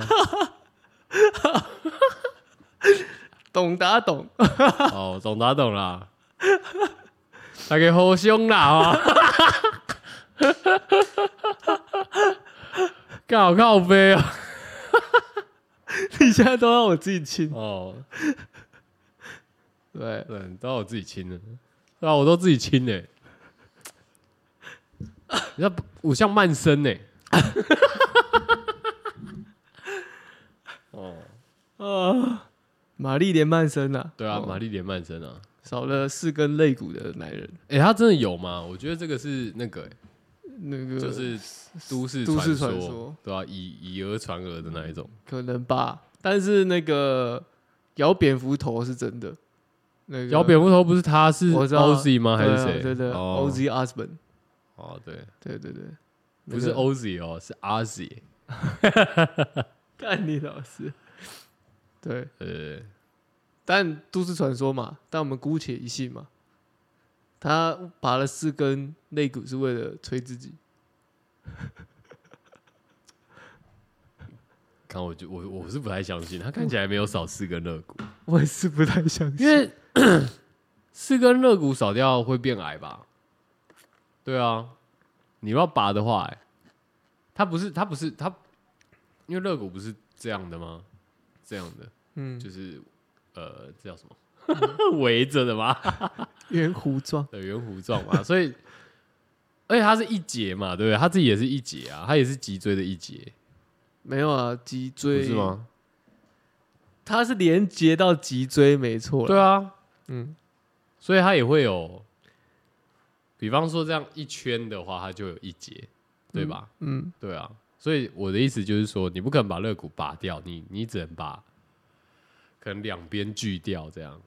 B: 懂打懂，
A: 哦，懂打懂啦，大家好凶啦 啊！干好靠背哦，
B: 你现在都让我自己亲，
A: 哦，
B: 对，
A: 对，都要我自己亲了，对啊，我都自己亲嘞、你知道我像曼森呢、哦，
B: 啊，玛丽莲曼森啊，
A: 对啊，
B: 哦
A: 玛丽莲曼森啊，
B: 少了四根肋骨的男人，
A: 哎、他真的有吗？我觉得这个是那个、欸
B: 那个
A: 就是呃都市
B: 都市
A: 传
B: 传说，
A: 对啊，以以讹传讹的那一种。
B: 可能吧，但是那个咬蝙蝠头是真的，那个
A: 咬蝙蝠头不是他是
B: 我知道
A: OZ 吗？还是谁？
B: 对啊对对
A: 哦
B: ，OZ Osborn，
A: 哦，对，
B: 对对对，
A: 不是
B: 那个
A: OZ 哦，是 RZ。
B: 干你老师，对，
A: 呃，
B: 但都市传说嘛，但我们姑且一信嘛。他拔了四根肋骨是为了吹自己，
A: 看我就我我是不太相信，他看起来没有少四根肋骨，
B: 我也是不太相
A: 因
B: 信。
A: 为 四根肋骨少掉会变矮吧？对啊，你要拔的话、欸，他不是他不是他，因为肋骨不是这样的吗？这样的，
B: 嗯，
A: 就是呃，这叫什么？ 围着的吗？
B: 圆弧状，
A: 的圆弧状嘛，所以而且它是一节嘛，对不对？他自己也是一节啊，他也是脊椎的一节，
B: 没有啊，脊
A: 不
B: 椎
A: 是？吗？
B: 它是连接到脊椎，没错啦。
A: 对啊，
B: 嗯，
A: 所以它也会有，比方说这样一圈的话，它就有一节，对吧？
B: 嗯，
A: 对啊，所以我的意思就是说，你不可能把肋骨拔掉，你你只能把可能两边锯掉这样。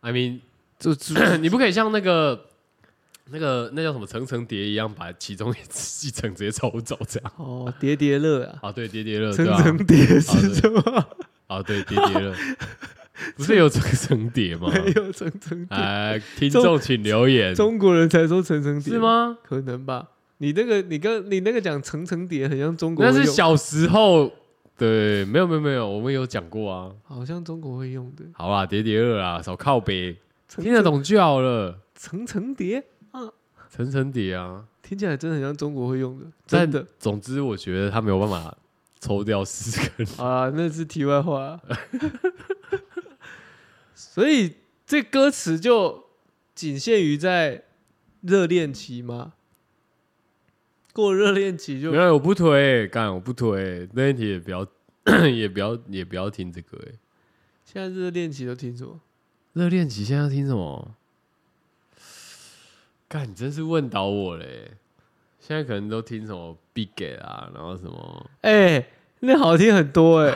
A: I mean，
B: 就就
A: 你不可以像那个那个那叫什么层层叠一样，把其中一一层直接抽走这样。
B: 哦，叠叠乐啊，
A: 啊，对，叠叠乐，
B: 层
A: 对啊，
B: 层叠是什么？
A: 啊，对，叠叠乐，不是有层层叠吗？
B: 没有层层叠，
A: 哎，听众请留言，
B: 中国人才说层层叠
A: 是？吗？
B: 可能吧。你那个，你跟你那个讲层层叠，很像中国
A: 那
B: 人用，
A: 是小时候，对，没有没有没有，我们有讲过啊。
B: 好像中国会用的
A: 好啦，叠叠乐啦，少靠背，
B: 层
A: 听得懂就好了，
B: 层层叠。
A: 层层叠啊。
B: 听起来真的很像中国会用的，
A: 但
B: 真的
A: 总之，我觉得他没有办法抽掉四根。
B: 啊，那是题外话 啊。所以这歌词就仅限于在热恋期吗？过热恋期就
A: 没有，我不推，干，我不推，那一题也不要， 也不要，也不要听这个、欸。
B: 现在热恋期都听什么？
A: 热恋期现在要听什么？干，你真是问倒我嘞！现在可能都听什么 Big g 啊，然后什么
B: 哎、那好听很多 哎、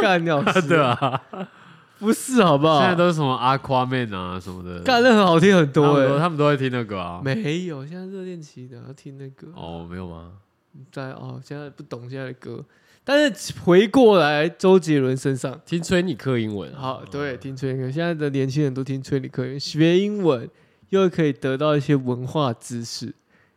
B: 干鸟事
A: 对，啊，
B: 不是好不好？
A: 现在都是什么 Aquaman 啊什么的，
B: 干那很好听很
A: 他们
B: 多
A: 都
B: 哎、
A: 他们都会听那个啊。
B: 没有，现在热恋期的要听那个。
A: 哦，没有吗？
B: 在哦，现在不懂现在的歌，但是回过来周杰伦身上，
A: 听崔尼克英文啊、
B: 好，对，
A: 嗯，
B: 听崔克，现在的年轻人都听崔理克，学英文又可以得到一些文化知识，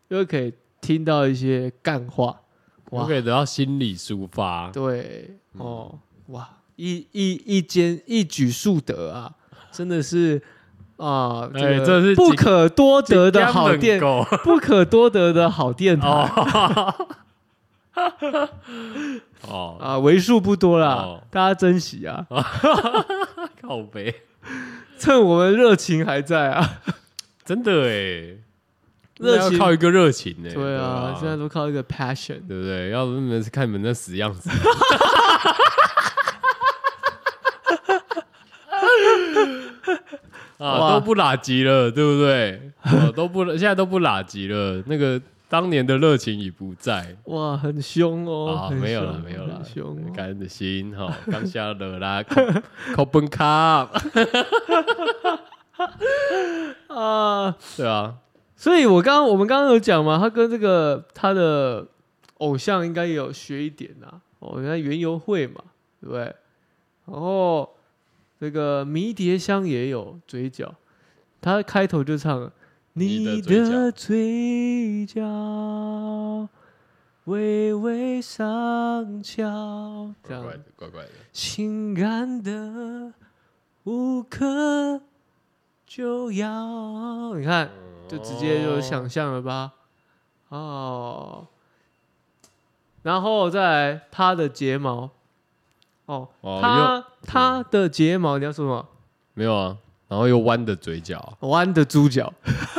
B: 又可以听到一些干话，
A: 我
B: 哇，
A: 可以嗯得到心理抒发。
B: 对，哦，哇，一一一兼一举数得啊，真的是啊，
A: 哎这
B: 这个
A: 是
B: 不
A: 几
B: 可多得的好
A: 电
B: 电，
A: 狗
B: 不可多得的好电台
A: 哦哦，
B: 啊，为数不多啦
A: 哦，
B: 大家珍惜啊。
A: 靠背，
B: 趁我们热情还在啊！
A: 真的哎，那
B: 热
A: 要
B: 情
A: 靠一个热情呢、
B: 对啊，现
A: 对
B: 在
A: 吧
B: 都靠一个 passion。
A: 对不对？要不你们是看你们那死样 子。啊，
B: 哇
A: 都不拉吉了，对不对？啊、都不，现在都不拉吉了，那个当年的热情已不在。
B: 哇，很凶哦！
A: 啊，
B: 很
A: 没有了，
B: 凶
A: 没有了
B: 很，凶哦！
A: 感恩的心 哈，刚下了啦， 扣本卡，
B: 啊，
A: 对啊，
B: 所以我刚刚我们刚刚有讲嘛，他跟这个他的偶像应该也有学一点啊，哦，原来园游会嘛，对不对？然后这个迷迭香也有嘴角，他开头就唱了
A: 你的
B: 你
A: 嘴角
B: 的嘴角微微上翘，这
A: 怪
B: 样
A: 怪的，怪怪的，
B: 情感的无可救药，你看。就直接就想象了吧。哦，然后再来他的睫毛，哦，
A: 哦
B: 他他的睫毛你要说什么？
A: 没有啊，然后又弯的嘴角，
B: 弯的猪脚，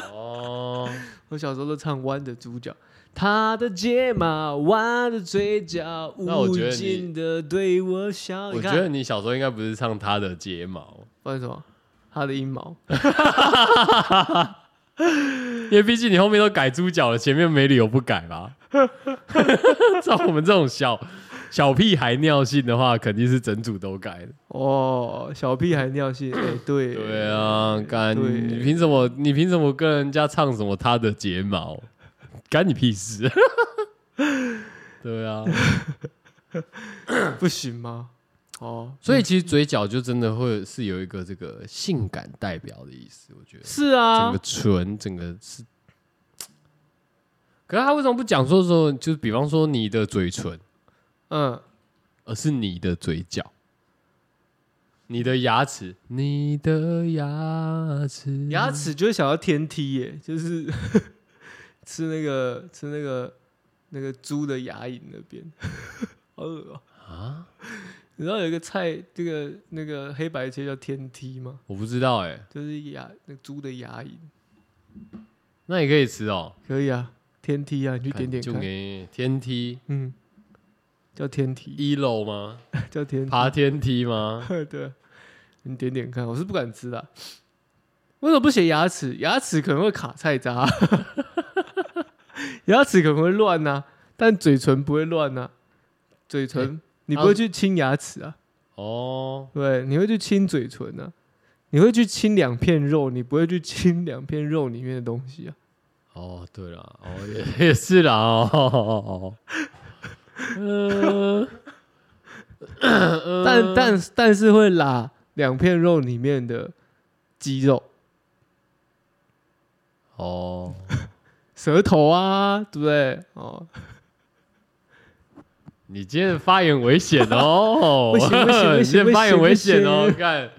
A: 哦，
B: 我小时候都唱弯的猪脚。他的睫毛，弯的嘴角，
A: 那我
B: 无
A: 觉得你
B: 尽的对我笑。
A: 我
B: 你
A: 觉
B: 看，
A: 得你小时候应该不是唱他的睫毛，
B: 不然什么？他的阴毛，
A: 因为毕竟你后面都改猪脚了，前面没理由不改吧？ 照我们这种小小屁孩尿性的话，肯定是整组都改的。
B: 哦，小屁孩尿性， 哎、对，
A: 对啊，干
B: 对
A: 你凭什么？你凭什么跟人家唱什么他的睫毛？ 干你屁事！ 对啊，
B: 不行吗？ 哦，
A: 所以其实嘴角就真的会是有一个这个性感代表的意思，我觉得
B: 是啊，
A: 整个唇，整个是。可是他为什么不讲说说，就是比方说你的嘴唇，
B: 嗯，
A: 而是你的嘴角，你的牙齿，你的牙齿，
B: 牙齿就会想要天梯耶，就是 吃那个吃那个那个猪的牙龈那边， 好恶啊！
A: 啊，
B: 你知道有一个菜，这个那个黑白切叫天梯吗？
A: 我不知道哎、
B: 就是牙那猪的牙龈，
A: 那也可以吃哦、
B: 可以啊，天梯啊，你去点点
A: 就
B: 看，
A: 给天梯
B: 嗯，叫天梯，
A: 一楼吗？
B: 叫天梯，
A: 爬天梯 吗？
B: 对，啊你点点看，我是不敢吃的啊、为什么不写牙齿？牙齿可能会卡菜渣啊、 牙齿可能会乱呐、但嘴唇不会乱呐、嘴唇、你不会去亲牙齿啊，
A: 哦，
B: 对，你会去亲嘴唇啊，你会去亲两片肉，你不会去亲两片肉里面的东西啊。
A: 哦，对了，哦也也是啦，哦，嗯、呃
B: 但但但是会拉两片肉里面的肌肉，
A: 哦，
B: 舌头啊，对不对？哦，
A: 你今天的发言危险哦，
B: 不行不行 不行
A: 你今天发言危险
B: 不
A: 哦
B: 行，
A: 看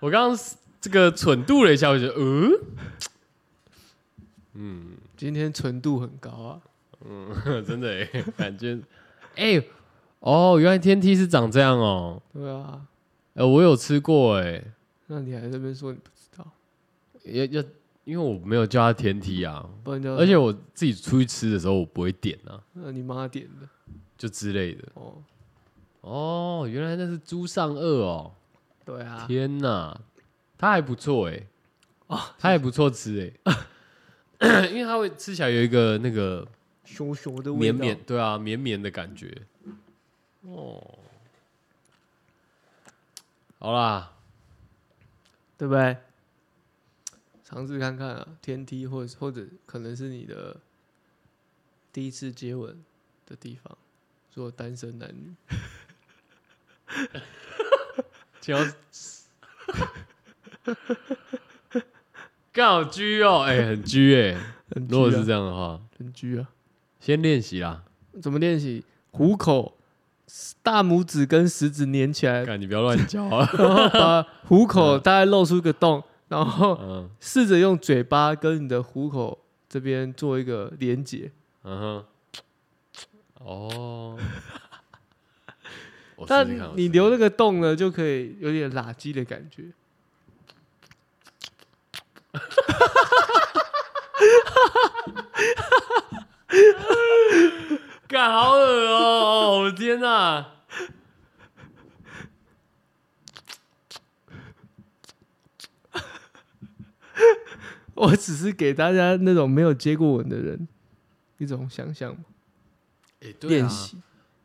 A: 我刚刚这个蠢度了一下，我觉得，嗯、
B: 今天纯度很高啊。
A: 呃， 真的耶，感觉，哎、哦，原来天梯是长这样哦，
B: 对啊，
A: 呃，我有吃过哎、
B: 那你还在这边说你不知道，
A: 要要，因为我没有叫它天梯啊，
B: 不然叫
A: 而且我自己出去吃的时候我不会点啊，
B: 那你妈点的
A: 就之类的。
B: 哦，
A: 哦，原来那是猪上颚哦，
B: 对啊，
A: 天哪，它还不错哎，哦，它还不错吃哎， 因为它会吃起来有一个那个
B: 熊熊的味
A: 绵
B: 道，
A: 绵，对啊，绵绵的感觉。哦，好啦，
B: 对不对？尝试看看啊，天梯或者或者可能是你的第一次接吻的地方，如果单身男女，
A: 请要 干好狙哦，哎、很狙哎、
B: 很
A: 如果
B: 拘啊
A: 是这样的话，
B: 很拘啊，
A: 先练习啦。
B: 怎么练习？虎口大拇指跟食指粘起 来，
A: 看你不要乱教啊。
B: 然后把虎口大概露出一个洞，然后
A: 嗯
B: 试着用嘴巴跟你的虎口这边做一个连接。
A: 嗯哼，哦，我哦试
B: 但
A: 试看。我试
B: 你
A: 试
B: 留
A: 看
B: 那个洞呢，就可以有点垃圾的感觉。
A: 干好恶哦、我的天哪、
B: 我只是给大家那种没有接过吻的人一种想象嘛
A: 哎，对啊
B: 练习。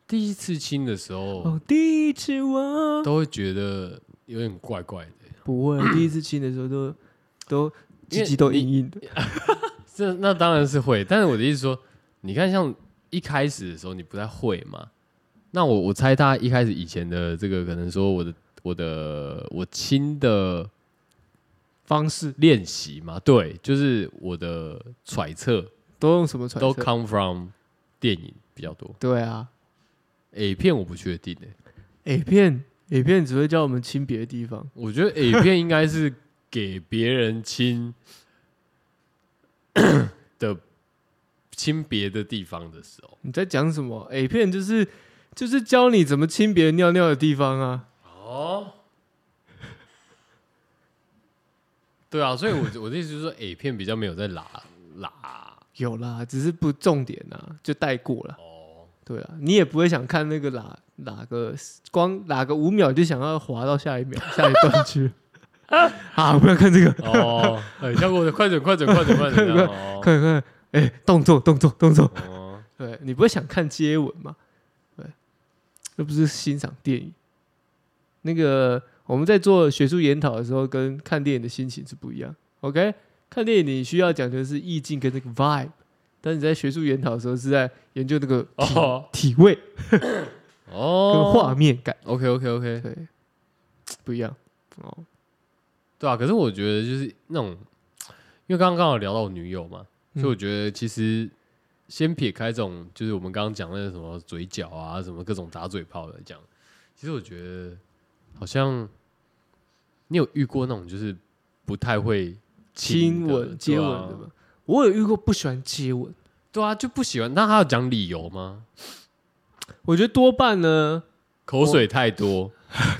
A: 第一次亲的时候，
B: 哦，第一次我
A: 都会觉得有点怪怪的。
B: 不会，第一次亲的时候都都
A: 因
B: 鸡
A: 为
B: 鸡都
A: 你
B: 硬硬的，
A: 这那当然是会，但是我的意思说，你看像一开始的时候你不太会嘛，那我我猜他一开始以前的这个可能说我的我的我亲的
B: 方式
A: 练习嘛，对，就是我的揣测
B: 都用什么传？
A: 都 come from 电影比较多
B: 对啊
A: ，A 片我不确定欸诶、
B: ，A 片 A 片只会叫我们亲别的地方，
A: 我觉得 A 片应该是给别人亲 的亲别的地方的时候。
B: 你在讲什么？A 片就是就是教你怎么亲别人尿尿的地方啊。
A: 哦，对啊，所以我 我的意思就是说，A 片比较没有在拉拉
B: 有啦，只是不重点啊，就带过了。
A: 哦，
B: 对啊，你也不会想看那个哪哪个光哪个五秒就想要滑到下一 秒下一段去。 啊，不要看这个，
A: 哦，很像我的快准快准快准快准这样哦
B: 看看，哎、动作动作动作，
A: 哦，
B: 对你不会想看接吻嘛？对，又不是欣赏电影。那个我们在做学术研讨的时候，跟看电影的心情是不一样。OK，看电影你需要讲究的是意境跟那个 vibe，但你在学术研讨的时候是在研究那个体、
A: 哦
B: 体味跟
A: 哦，
B: 画面感，
A: OK OK OK，
B: 对，不一样哦。
A: 对啊，可是我觉得就是那种，因为刚刚刚好聊到我女友嘛，
B: 嗯
A: 所以我觉得其实先撇开这种，就是我们刚刚讲那个什么嘴角啊，什么各种打嘴炮来讲，其实我觉得好像你有遇过那种就是不太会
B: 亲
A: 的
B: 吻、接吻
A: 对
B: 的
A: 啊
B: 嘛，我有遇过不喜欢接吻，
A: 对啊，就不喜欢。那他要讲理由吗？
B: 我觉得多半呢
A: 口水太多，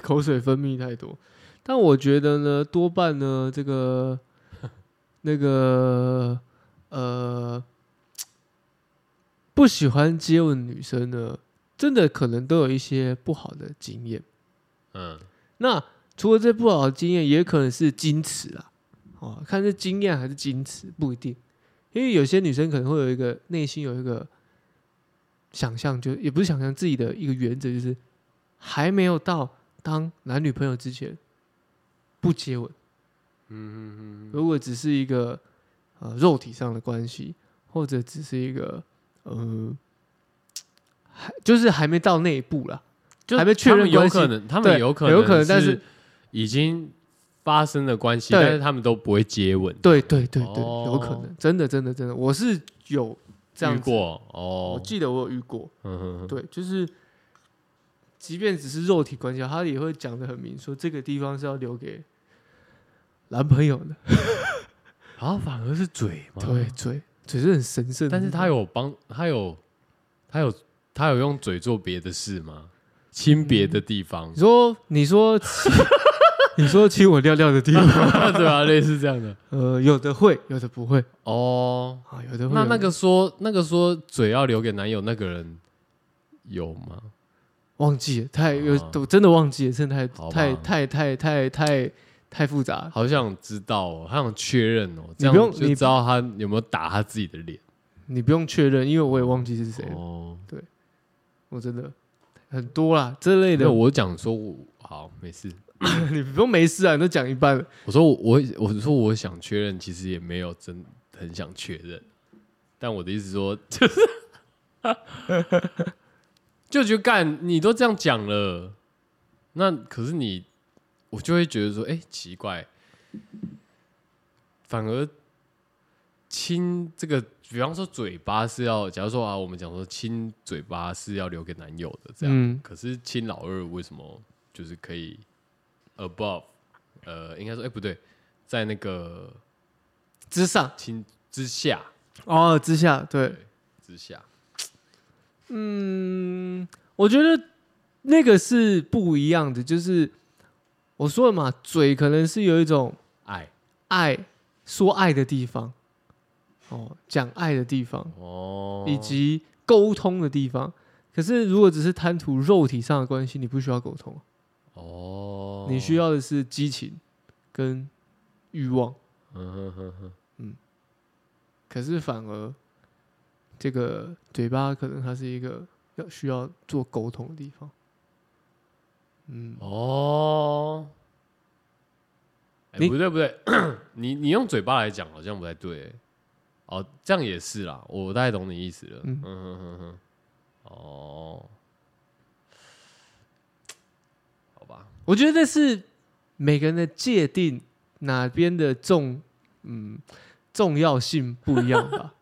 B: 口水分泌太多。但我觉得呢，多半呢，这个 那个呃，不喜欢接吻女生呢，真的可能都有一些不好的经验。
A: 嗯，
B: 那除了这不好的经验，也可能是矜持啊，哦，看是经验还是矜持不一定，因为有些女生可能会有一个内心有一个想象，就也不是想象自己的一个原则，就是还没有到当男女朋友之前不接吻。嗯嗯嗯。如果只是一个呃肉体上的关系，或者只是一个呃，还就是还没到那一步啦，
A: 就
B: 还没确
A: 他
B: 认
A: 们有
B: 关系
A: 可能，他们
B: 对
A: 有可能，
B: 有可能但是
A: 已经发生了关系，
B: 对
A: 但是他们都不会接吻。
B: 对对对对，
A: 哦
B: 有可能，真的真的真的，我是有这样
A: 遇
B: 子，
A: 过
B: 我
A: 哦，
B: 记得我有遇过，
A: 嗯哼哼
B: 对，就是即便只是肉体关系，他也会讲的很明，说这个地方是要留给男朋友的，
A: 然后反而是嘴嘛，
B: 对，嘴嘴是很神圣的，
A: 啊但是他有帮，他有，他有，他有用嘴做别的事吗？亲别的地方
B: 你，说你说亲 你说亲我尿尿的地方，
A: 对啊，类似这样的
B: 呃，有的会，有的不会
A: 哦。
B: 啊，有的会，
A: 那
B: 有
A: 那
B: 的
A: 个说那个说嘴要留给男友那个人有吗？
B: 忘记了，太有
A: 哦
B: 我真的忘记了，真的
A: 好吧
B: 太太太太太太太复杂了。
A: 好想知道哦，好想确认哦，这
B: 你
A: 样
B: 不用
A: 就
B: 你
A: 知道他有没有打他自己的脸
B: 你不用确认，因为我也忘记是谁了。
A: 哦。
B: 我真的很多啦，这类
A: 没
B: 的
A: 有，，我讲说我好没事，
B: 你不用没事啊，你都讲一半了。
A: 我说我我我说我想确认，其实也没有真很想确认，但我的意思说就是 就觉得干你都这样讲了，那可是你我就会觉得说，哎、奇怪，反而亲这个，比方说嘴巴是要，假如说啊，我们讲说亲嘴巴是要留给男友的这样，
B: 嗯
A: 可是亲老二为什么就是可以 above？呃，应该说，哎、不对，在那个
B: 之上
A: 亲之下
B: 哦，之下，对，
A: 之下，
B: 嗯，我觉得那个是不一样的，就是我说了嘛，嘴可能是有一种
A: 爱
B: 爱说爱的地方，哦，讲爱的地方
A: 哦，
B: 以及沟通的地方。可是如果只是贪图肉体上的关系，你不需要沟通，
A: 哦，
B: 你需要的是激情跟欲望。
A: 嗯哼哼哼，
B: 可是反而这个嘴巴可能它是一个要需要做沟通的地方。嗯，
A: 哦，哎
B: 你
A: 不对不对， 你你用嘴巴来讲好像不太对、欸哦，这样也是啦，我大概懂你意思了。嗯
B: 嗯
A: 哼哼哼，哦，好吧，
B: 我觉得这是每个人的界定哪边的重嗯重要性不一样 吧。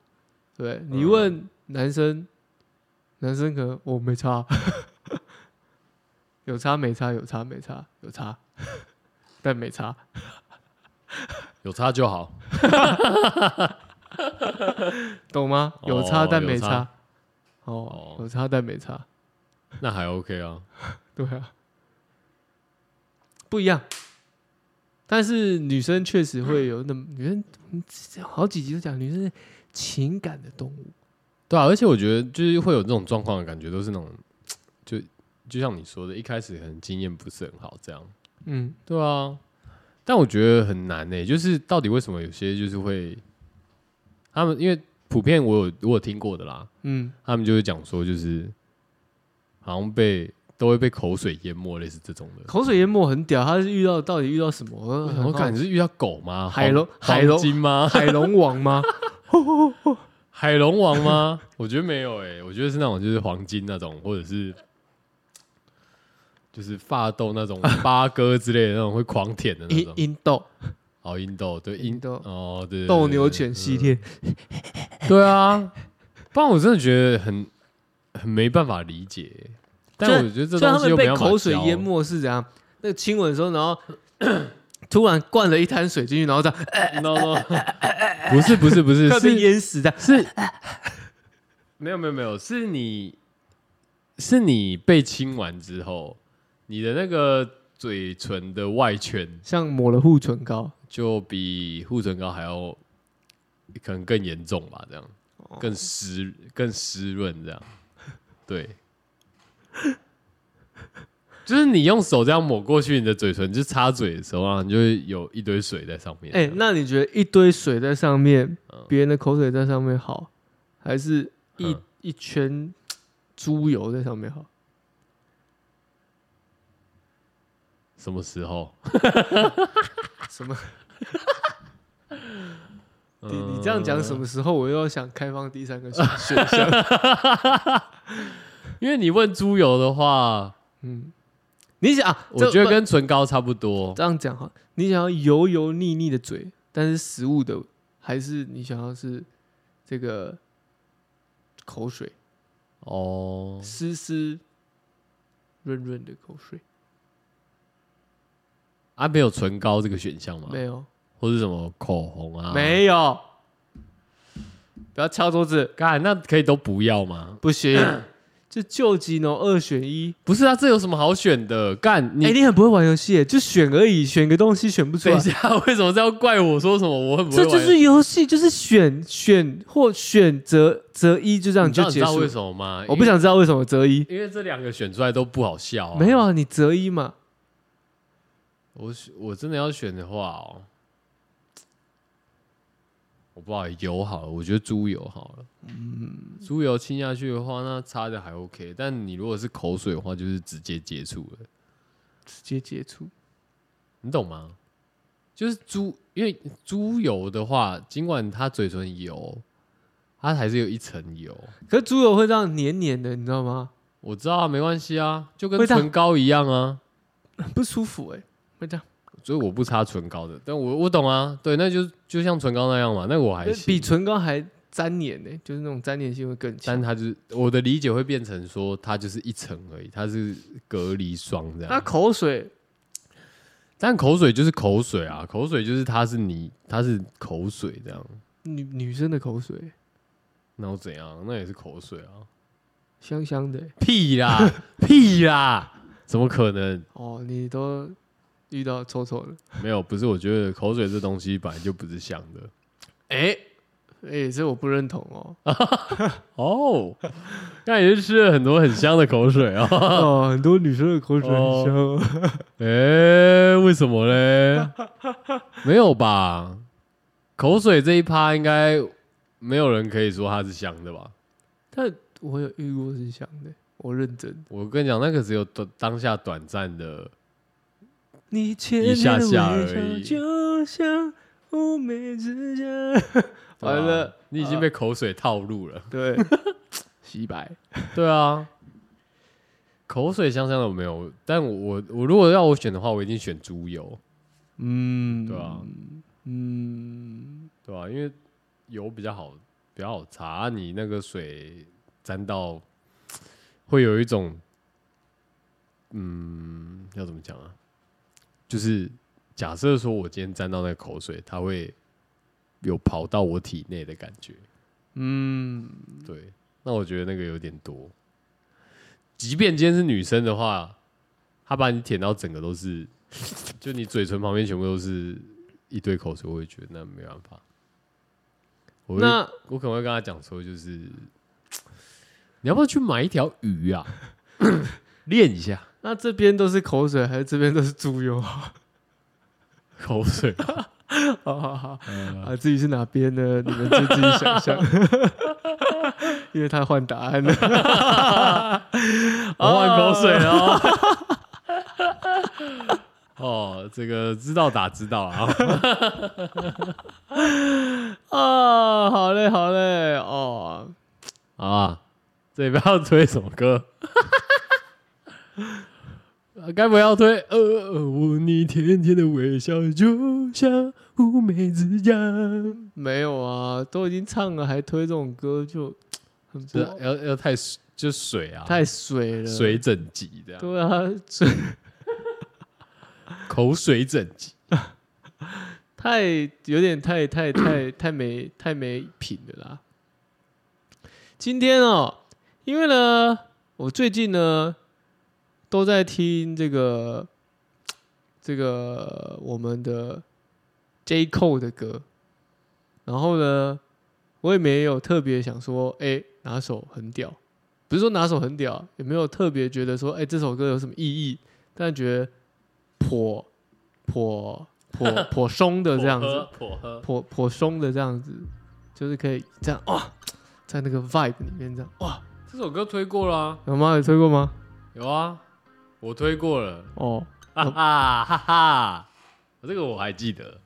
B: 对你问男生，男生可能我、没差， 有差没差有差没差有差， 但没差。
A: 有差就好。
B: 懂吗？
A: 哦
B: 有差但
A: 有
B: 没
A: 差
B: 差，哦
A: 哦，
B: 有差但没差，
A: 那还 OK 啊，
B: 对啊，不一样。但是女生确实会有那么女生，嗯好几集都讲女生是情感的动物，
A: 对啊，而且我觉得就是会有这种状况的感觉，都是那种就就像你说的，一开始可能经验不是很好，这样
B: 嗯，
A: 对啊，但我觉得很难呢、欸就是到底为什么有些就是会，他们因为普遍我有我有听过的啦，
B: 嗯，
A: 他们就会讲说，就是好像被都会被口水淹没，类似这种的。
B: 口水淹没很屌，他是遇到到底遇到什么？我
A: 我想说，感
B: 感
A: 觉是遇到狗吗？
B: 海龙
A: 黄
B: 海龙
A: 黄金吗？
B: 海龙王 吗？
A: 海龙王吗？ 我觉得没有诶、我觉得是那种就是黄金那种，或者是就是发豆 那种八哥之类的那种会狂舔的那
B: 银
A: 种。
B: 银斗
A: 哦，英斗对
B: 英
A: 英
B: 斗
A: 哦对对
B: 斗
A: 对
B: 牛
A: 对
B: 犬系列，
A: 对啊，不然我真的觉得很很没办法理解欸。但
B: 虽然
A: 我觉得这
B: 虽然
A: 东西
B: 他们
A: 又没
B: 被
A: 办法
B: 口水
A: 教
B: 淹，没是怎样？那个亲吻的时候，然后 突然灌了一滩水进去，然后这样
A: no no，不 是不是不 是
B: 快被
A: 是
B: 淹死的。
A: 是，没有没有没有，是你是你被亲完之后，你的那个嘴唇的外圈
B: 像抹了护唇膏，
A: 就比护唇膏还要可能更严重吧，这样
B: 哦
A: 更湿更湿润这样，对，就是你用手这样抹过去，你的嘴唇就擦嘴的时候啊，你就会有一堆水在上面。
B: 哎、那你觉得一堆水在上面
A: 嗯，
B: 别、人的口水在上面好，还是一、
A: 嗯
B: 一圈猪油在上面好？
A: 什么时候？
B: 什么？
A: 嗯
B: 你你这样讲什么时候？我又要想开放第三个 选选项。
A: 呃因为你问猪油的话，
B: 嗯，你想啊，
A: 我
B: 这
A: 觉得
B: 不
A: 跟唇膏差不多。
B: 这样讲哈，你想要油油腻腻的嘴，但是食物的，还是你想要是这个口水
A: 哦，
B: 湿湿润润的口水？
A: 啊，没有唇膏这个选项吗？
B: 没有。
A: 或是什么口红啊？，
B: 没有，不要敲桌子，
A: 干那可以都不要吗？
B: 不行， 就救急呢，二选一。
A: 不是啊，这有什么好选的？干你、
B: 哎、你很不会玩游戏耶，就选而已，选个东西选不出
A: 等
B: 来
A: 一，下，为什么这要怪我说什么？我很不会
B: 这
A: 玩。
B: 就是游戏，就是选选或选择择一，就这样
A: 你知
B: 就
A: 道你知
B: 结
A: 道
B: 束
A: 为。什么吗？
B: 我不想知道为什么择一，
A: 因为，因为这两个选出来都不好笑、啊。
B: 没有，啊，你择一嘛，
A: 我选我真的要选的话哦，我不好油好了，我觉得猪油好了。嗯，猪油亲下去的话，那擦的还 OK，但你如果是口水的话，就是直接接触了，
B: 直接接触。
A: 你懂吗？就是猪，因为猪油的话，尽管它嘴唇油，它还是有一层油。
B: 可是猪油会让黏黏的，你知 道吗？
A: 我知道啊，没关系啊，就跟
B: 会这样
A: 唇膏一样啊，
B: 很不舒服
A: 欸
B: 哎、会这样，
A: 所以我不擦唇膏的，但我我懂啊，对，那就就像唇膏那样嘛，那我还
B: 就是比
A: 行，
B: 唇膏还粘黏呢、欸就是那种粘黏性会更强
A: 但。它就是我的理解会变成说，它就是一层而已，它是隔离霜这
B: 那
A: 样。
B: 口水
A: 但口水就是口水啊，口水就是它是你，它是口水这样，
B: 女女生的口水
A: 那我怎样？那也是口水啊，
B: 香香的欸、
A: 屁 啦屁啦，怎么可能？
B: 哦，你都遇到臭臭了，
A: 没有，不是，我觉得口水这东西本来就不是香的，
B: 哎、哎、这我不认同哦。
A: 哦，那也是吃了很多很香的口水啊、 哦。
B: 哦，很多女生的口水很香哦。
A: 哎、为什么嘞？没有吧？口水这一趴应该没有人可以说它是香的吧？
B: 但我有遇过是香的，我认真。
A: 我跟你讲，那个只有当当下短暂的，
B: 你浅
A: 一下
B: 浅的
A: 下
B: 微
A: 而
B: 笑
A: 已
B: 就像乌梅之下。完
A: 对吧
B: 了，
A: 你已经被口水套路了。
B: 对， 洗白。
A: 对啊，口水香香的我没有，但我我我如果要我选的话，我一定选猪油，
B: 嗯，
A: 对啊，
B: 嗯，
A: 对啊吧、因为油比较好，比较好擦，你那个水沾到会有一种，嗯，要怎么讲啊？就是假设说我今天沾到那个口水，它会有跑到我体内的感觉。
B: 嗯，
A: 对，那我觉得那个有点多。即便今天是女生的话，她把你舔到整个都是， 就你嘴唇旁边全部都是一堆口水，我会觉得那没办法。我会
B: 那
A: 我可能会跟她讲说，就是你要不要去买一条鱼 啊，练一下
B: 那这边都是口水，还是这边都是猪油？
A: 口水。
B: 哦好好好，啊，至于是哪边呢？你们就自己想 象，因为他换答案了。
A: 我换口水了哦。哦，这个知道打知道啊。
B: 啊，好嘞，好嘞，哦，
A: 好啊，这里不要推什么歌， 啊该不会要推呃呃我你甜甜的微笑就像乌梅子酱，
B: 没有啊，都已经唱了，还推这种歌，就很不
A: 这啊要要太水就水啊，
B: 太啊水了。
A: 水整集这样，
B: 对啊，水
A: 口水整集，
B: 太有点太太太太没太没品的啦。今天哦，因为呢，我最近呢都在听这个这个我们的 J Cole 的歌，然后呢，我也没有特别想说，哎、哪首很屌，不是说哪首很屌，也没有特别觉得说，哎、这首歌有什么意义，但觉得颇颇颇颇松的这样子，
A: 破喝，
B: 颇颇松的这样子，就是可以这样哇，在那个 vibe 里面这样哇，
A: 这首歌推过啦、啊
B: 老妈有推过吗？
A: 有啊，我推过了，
B: 哦，
A: 哈哈哈哈，这个我还记得，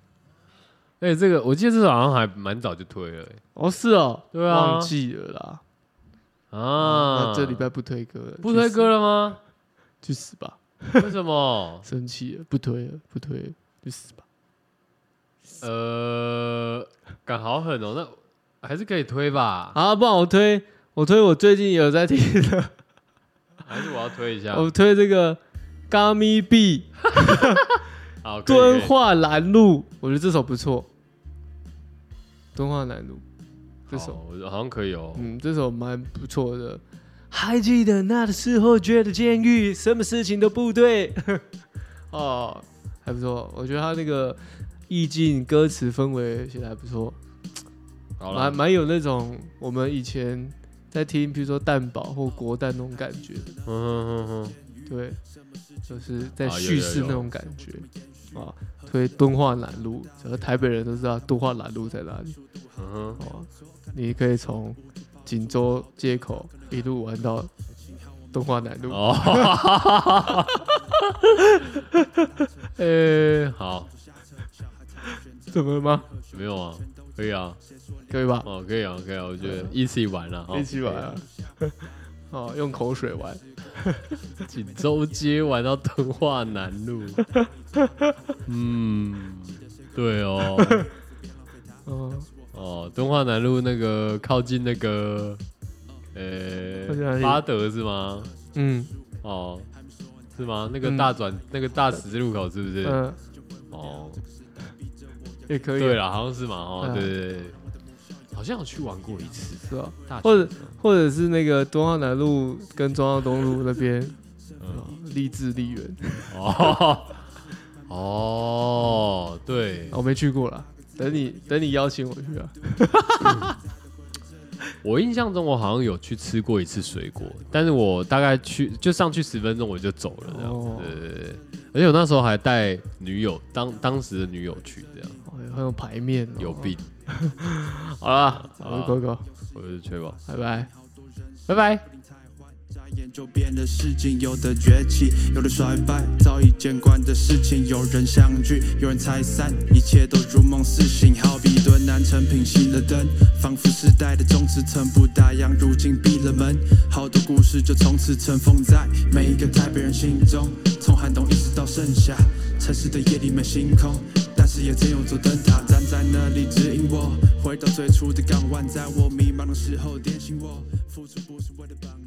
A: 哎、这个我记得这首好像还蛮早就推了、欸
B: 哦是哦，
A: 对啊
B: 忘记了啦。
A: 啊
B: 那这礼拜不推歌了，
A: 不推歌
B: 了，
A: 了吗？
B: 去死吧！
A: 为什么？
B: 生气了，不推了，不推了，去死吧！
A: 呃，感好狠哦，那还是可以推吧？
B: 啊，不然我推，我推我最近有在听 的，
A: 还是我要推一下？
B: 我推这个 Gummy B
A: 好，可以可
B: 敦
A: 以
B: 化南路，我觉得这首不错。敦化南路，这首
A: 好我好像可以哦。
B: 嗯，这首蛮不错的。还记得那时候觉得监狱什么事情都不对， 哦，还不错。我觉得他那个意境、歌词氛围写的还不错，
A: 好了
B: 蛮，蛮有那种我们以前在听，比如说蛋堡或国蛋那种感觉的，
A: 嗯哼哼哼，
B: 对，就是在
A: 啊有
B: 叙事
A: 有有
B: 那种感觉。啊，推敦化南路，整个台北人都知道敦化南路在哪里。
A: 嗯哼，
B: 哦，你可以从锦州街口一路玩到东华南路。
A: 嗯哦， 呃，好，
B: 怎么了吗？
A: 没有啊，可以啊，
B: 可以吧？
A: 哦，可以啊，可以啊，我觉得一起玩了，哦
B: 一起玩啊！！ 哦，用口水玩。
A: 可以啊锦州街玩到敦化南路，嗯，对哦。
B: 哦，
A: 哦，敦化南路那个靠近那个，呃
B: 靠近哪、里
A: 巴德是吗？
B: 嗯
A: 哦，是吗？那个
B: 嗯
A: 大转、那个大十字路口是不是？
B: 嗯，
A: 哦，
B: 也可以。啊
A: 对，了，好像是嘛，哦，
B: 嗯
A: 对对对，好像有去玩过一次，
B: 是啊。
A: 大学
B: 或者或者是那个东华南路跟中央东路 那边，
A: 嗯
B: 哦励志丽园，
A: 哦哦，对，
B: 哦我没去过啦。等你等你邀请我去啊。
A: 我印象中我好像有去吃过一次水果，但是我大概去就上去十分钟我就走了这样子，
B: 哦
A: 对对对对。而且我那时候还带女友，当当时的女友去，这样
B: 哎很有牌面、哦，
A: 有。啊病，
B: 好啦，我
A: 好
B: 是 Coco，
A: 我就是吹吧，
B: 拜拜。
A: 拜拜。
C: 眨眼就变的事情，有的崛起，有的衰败，早已见惯的事情。有人相聚，有人拆散，一切都如梦似醒，好比敦南成品熄了灯，仿佛时代的宗旨从不打烊，如今闭了门。好多故事就从此尘封在每一个台北人心中，从寒冬一直到盛夏，城市的夜里没星空。但是也曾有座灯塔站在那里指引我，回到最初的港湾，在我迷茫的时候点醒我，付出不是为了榜样。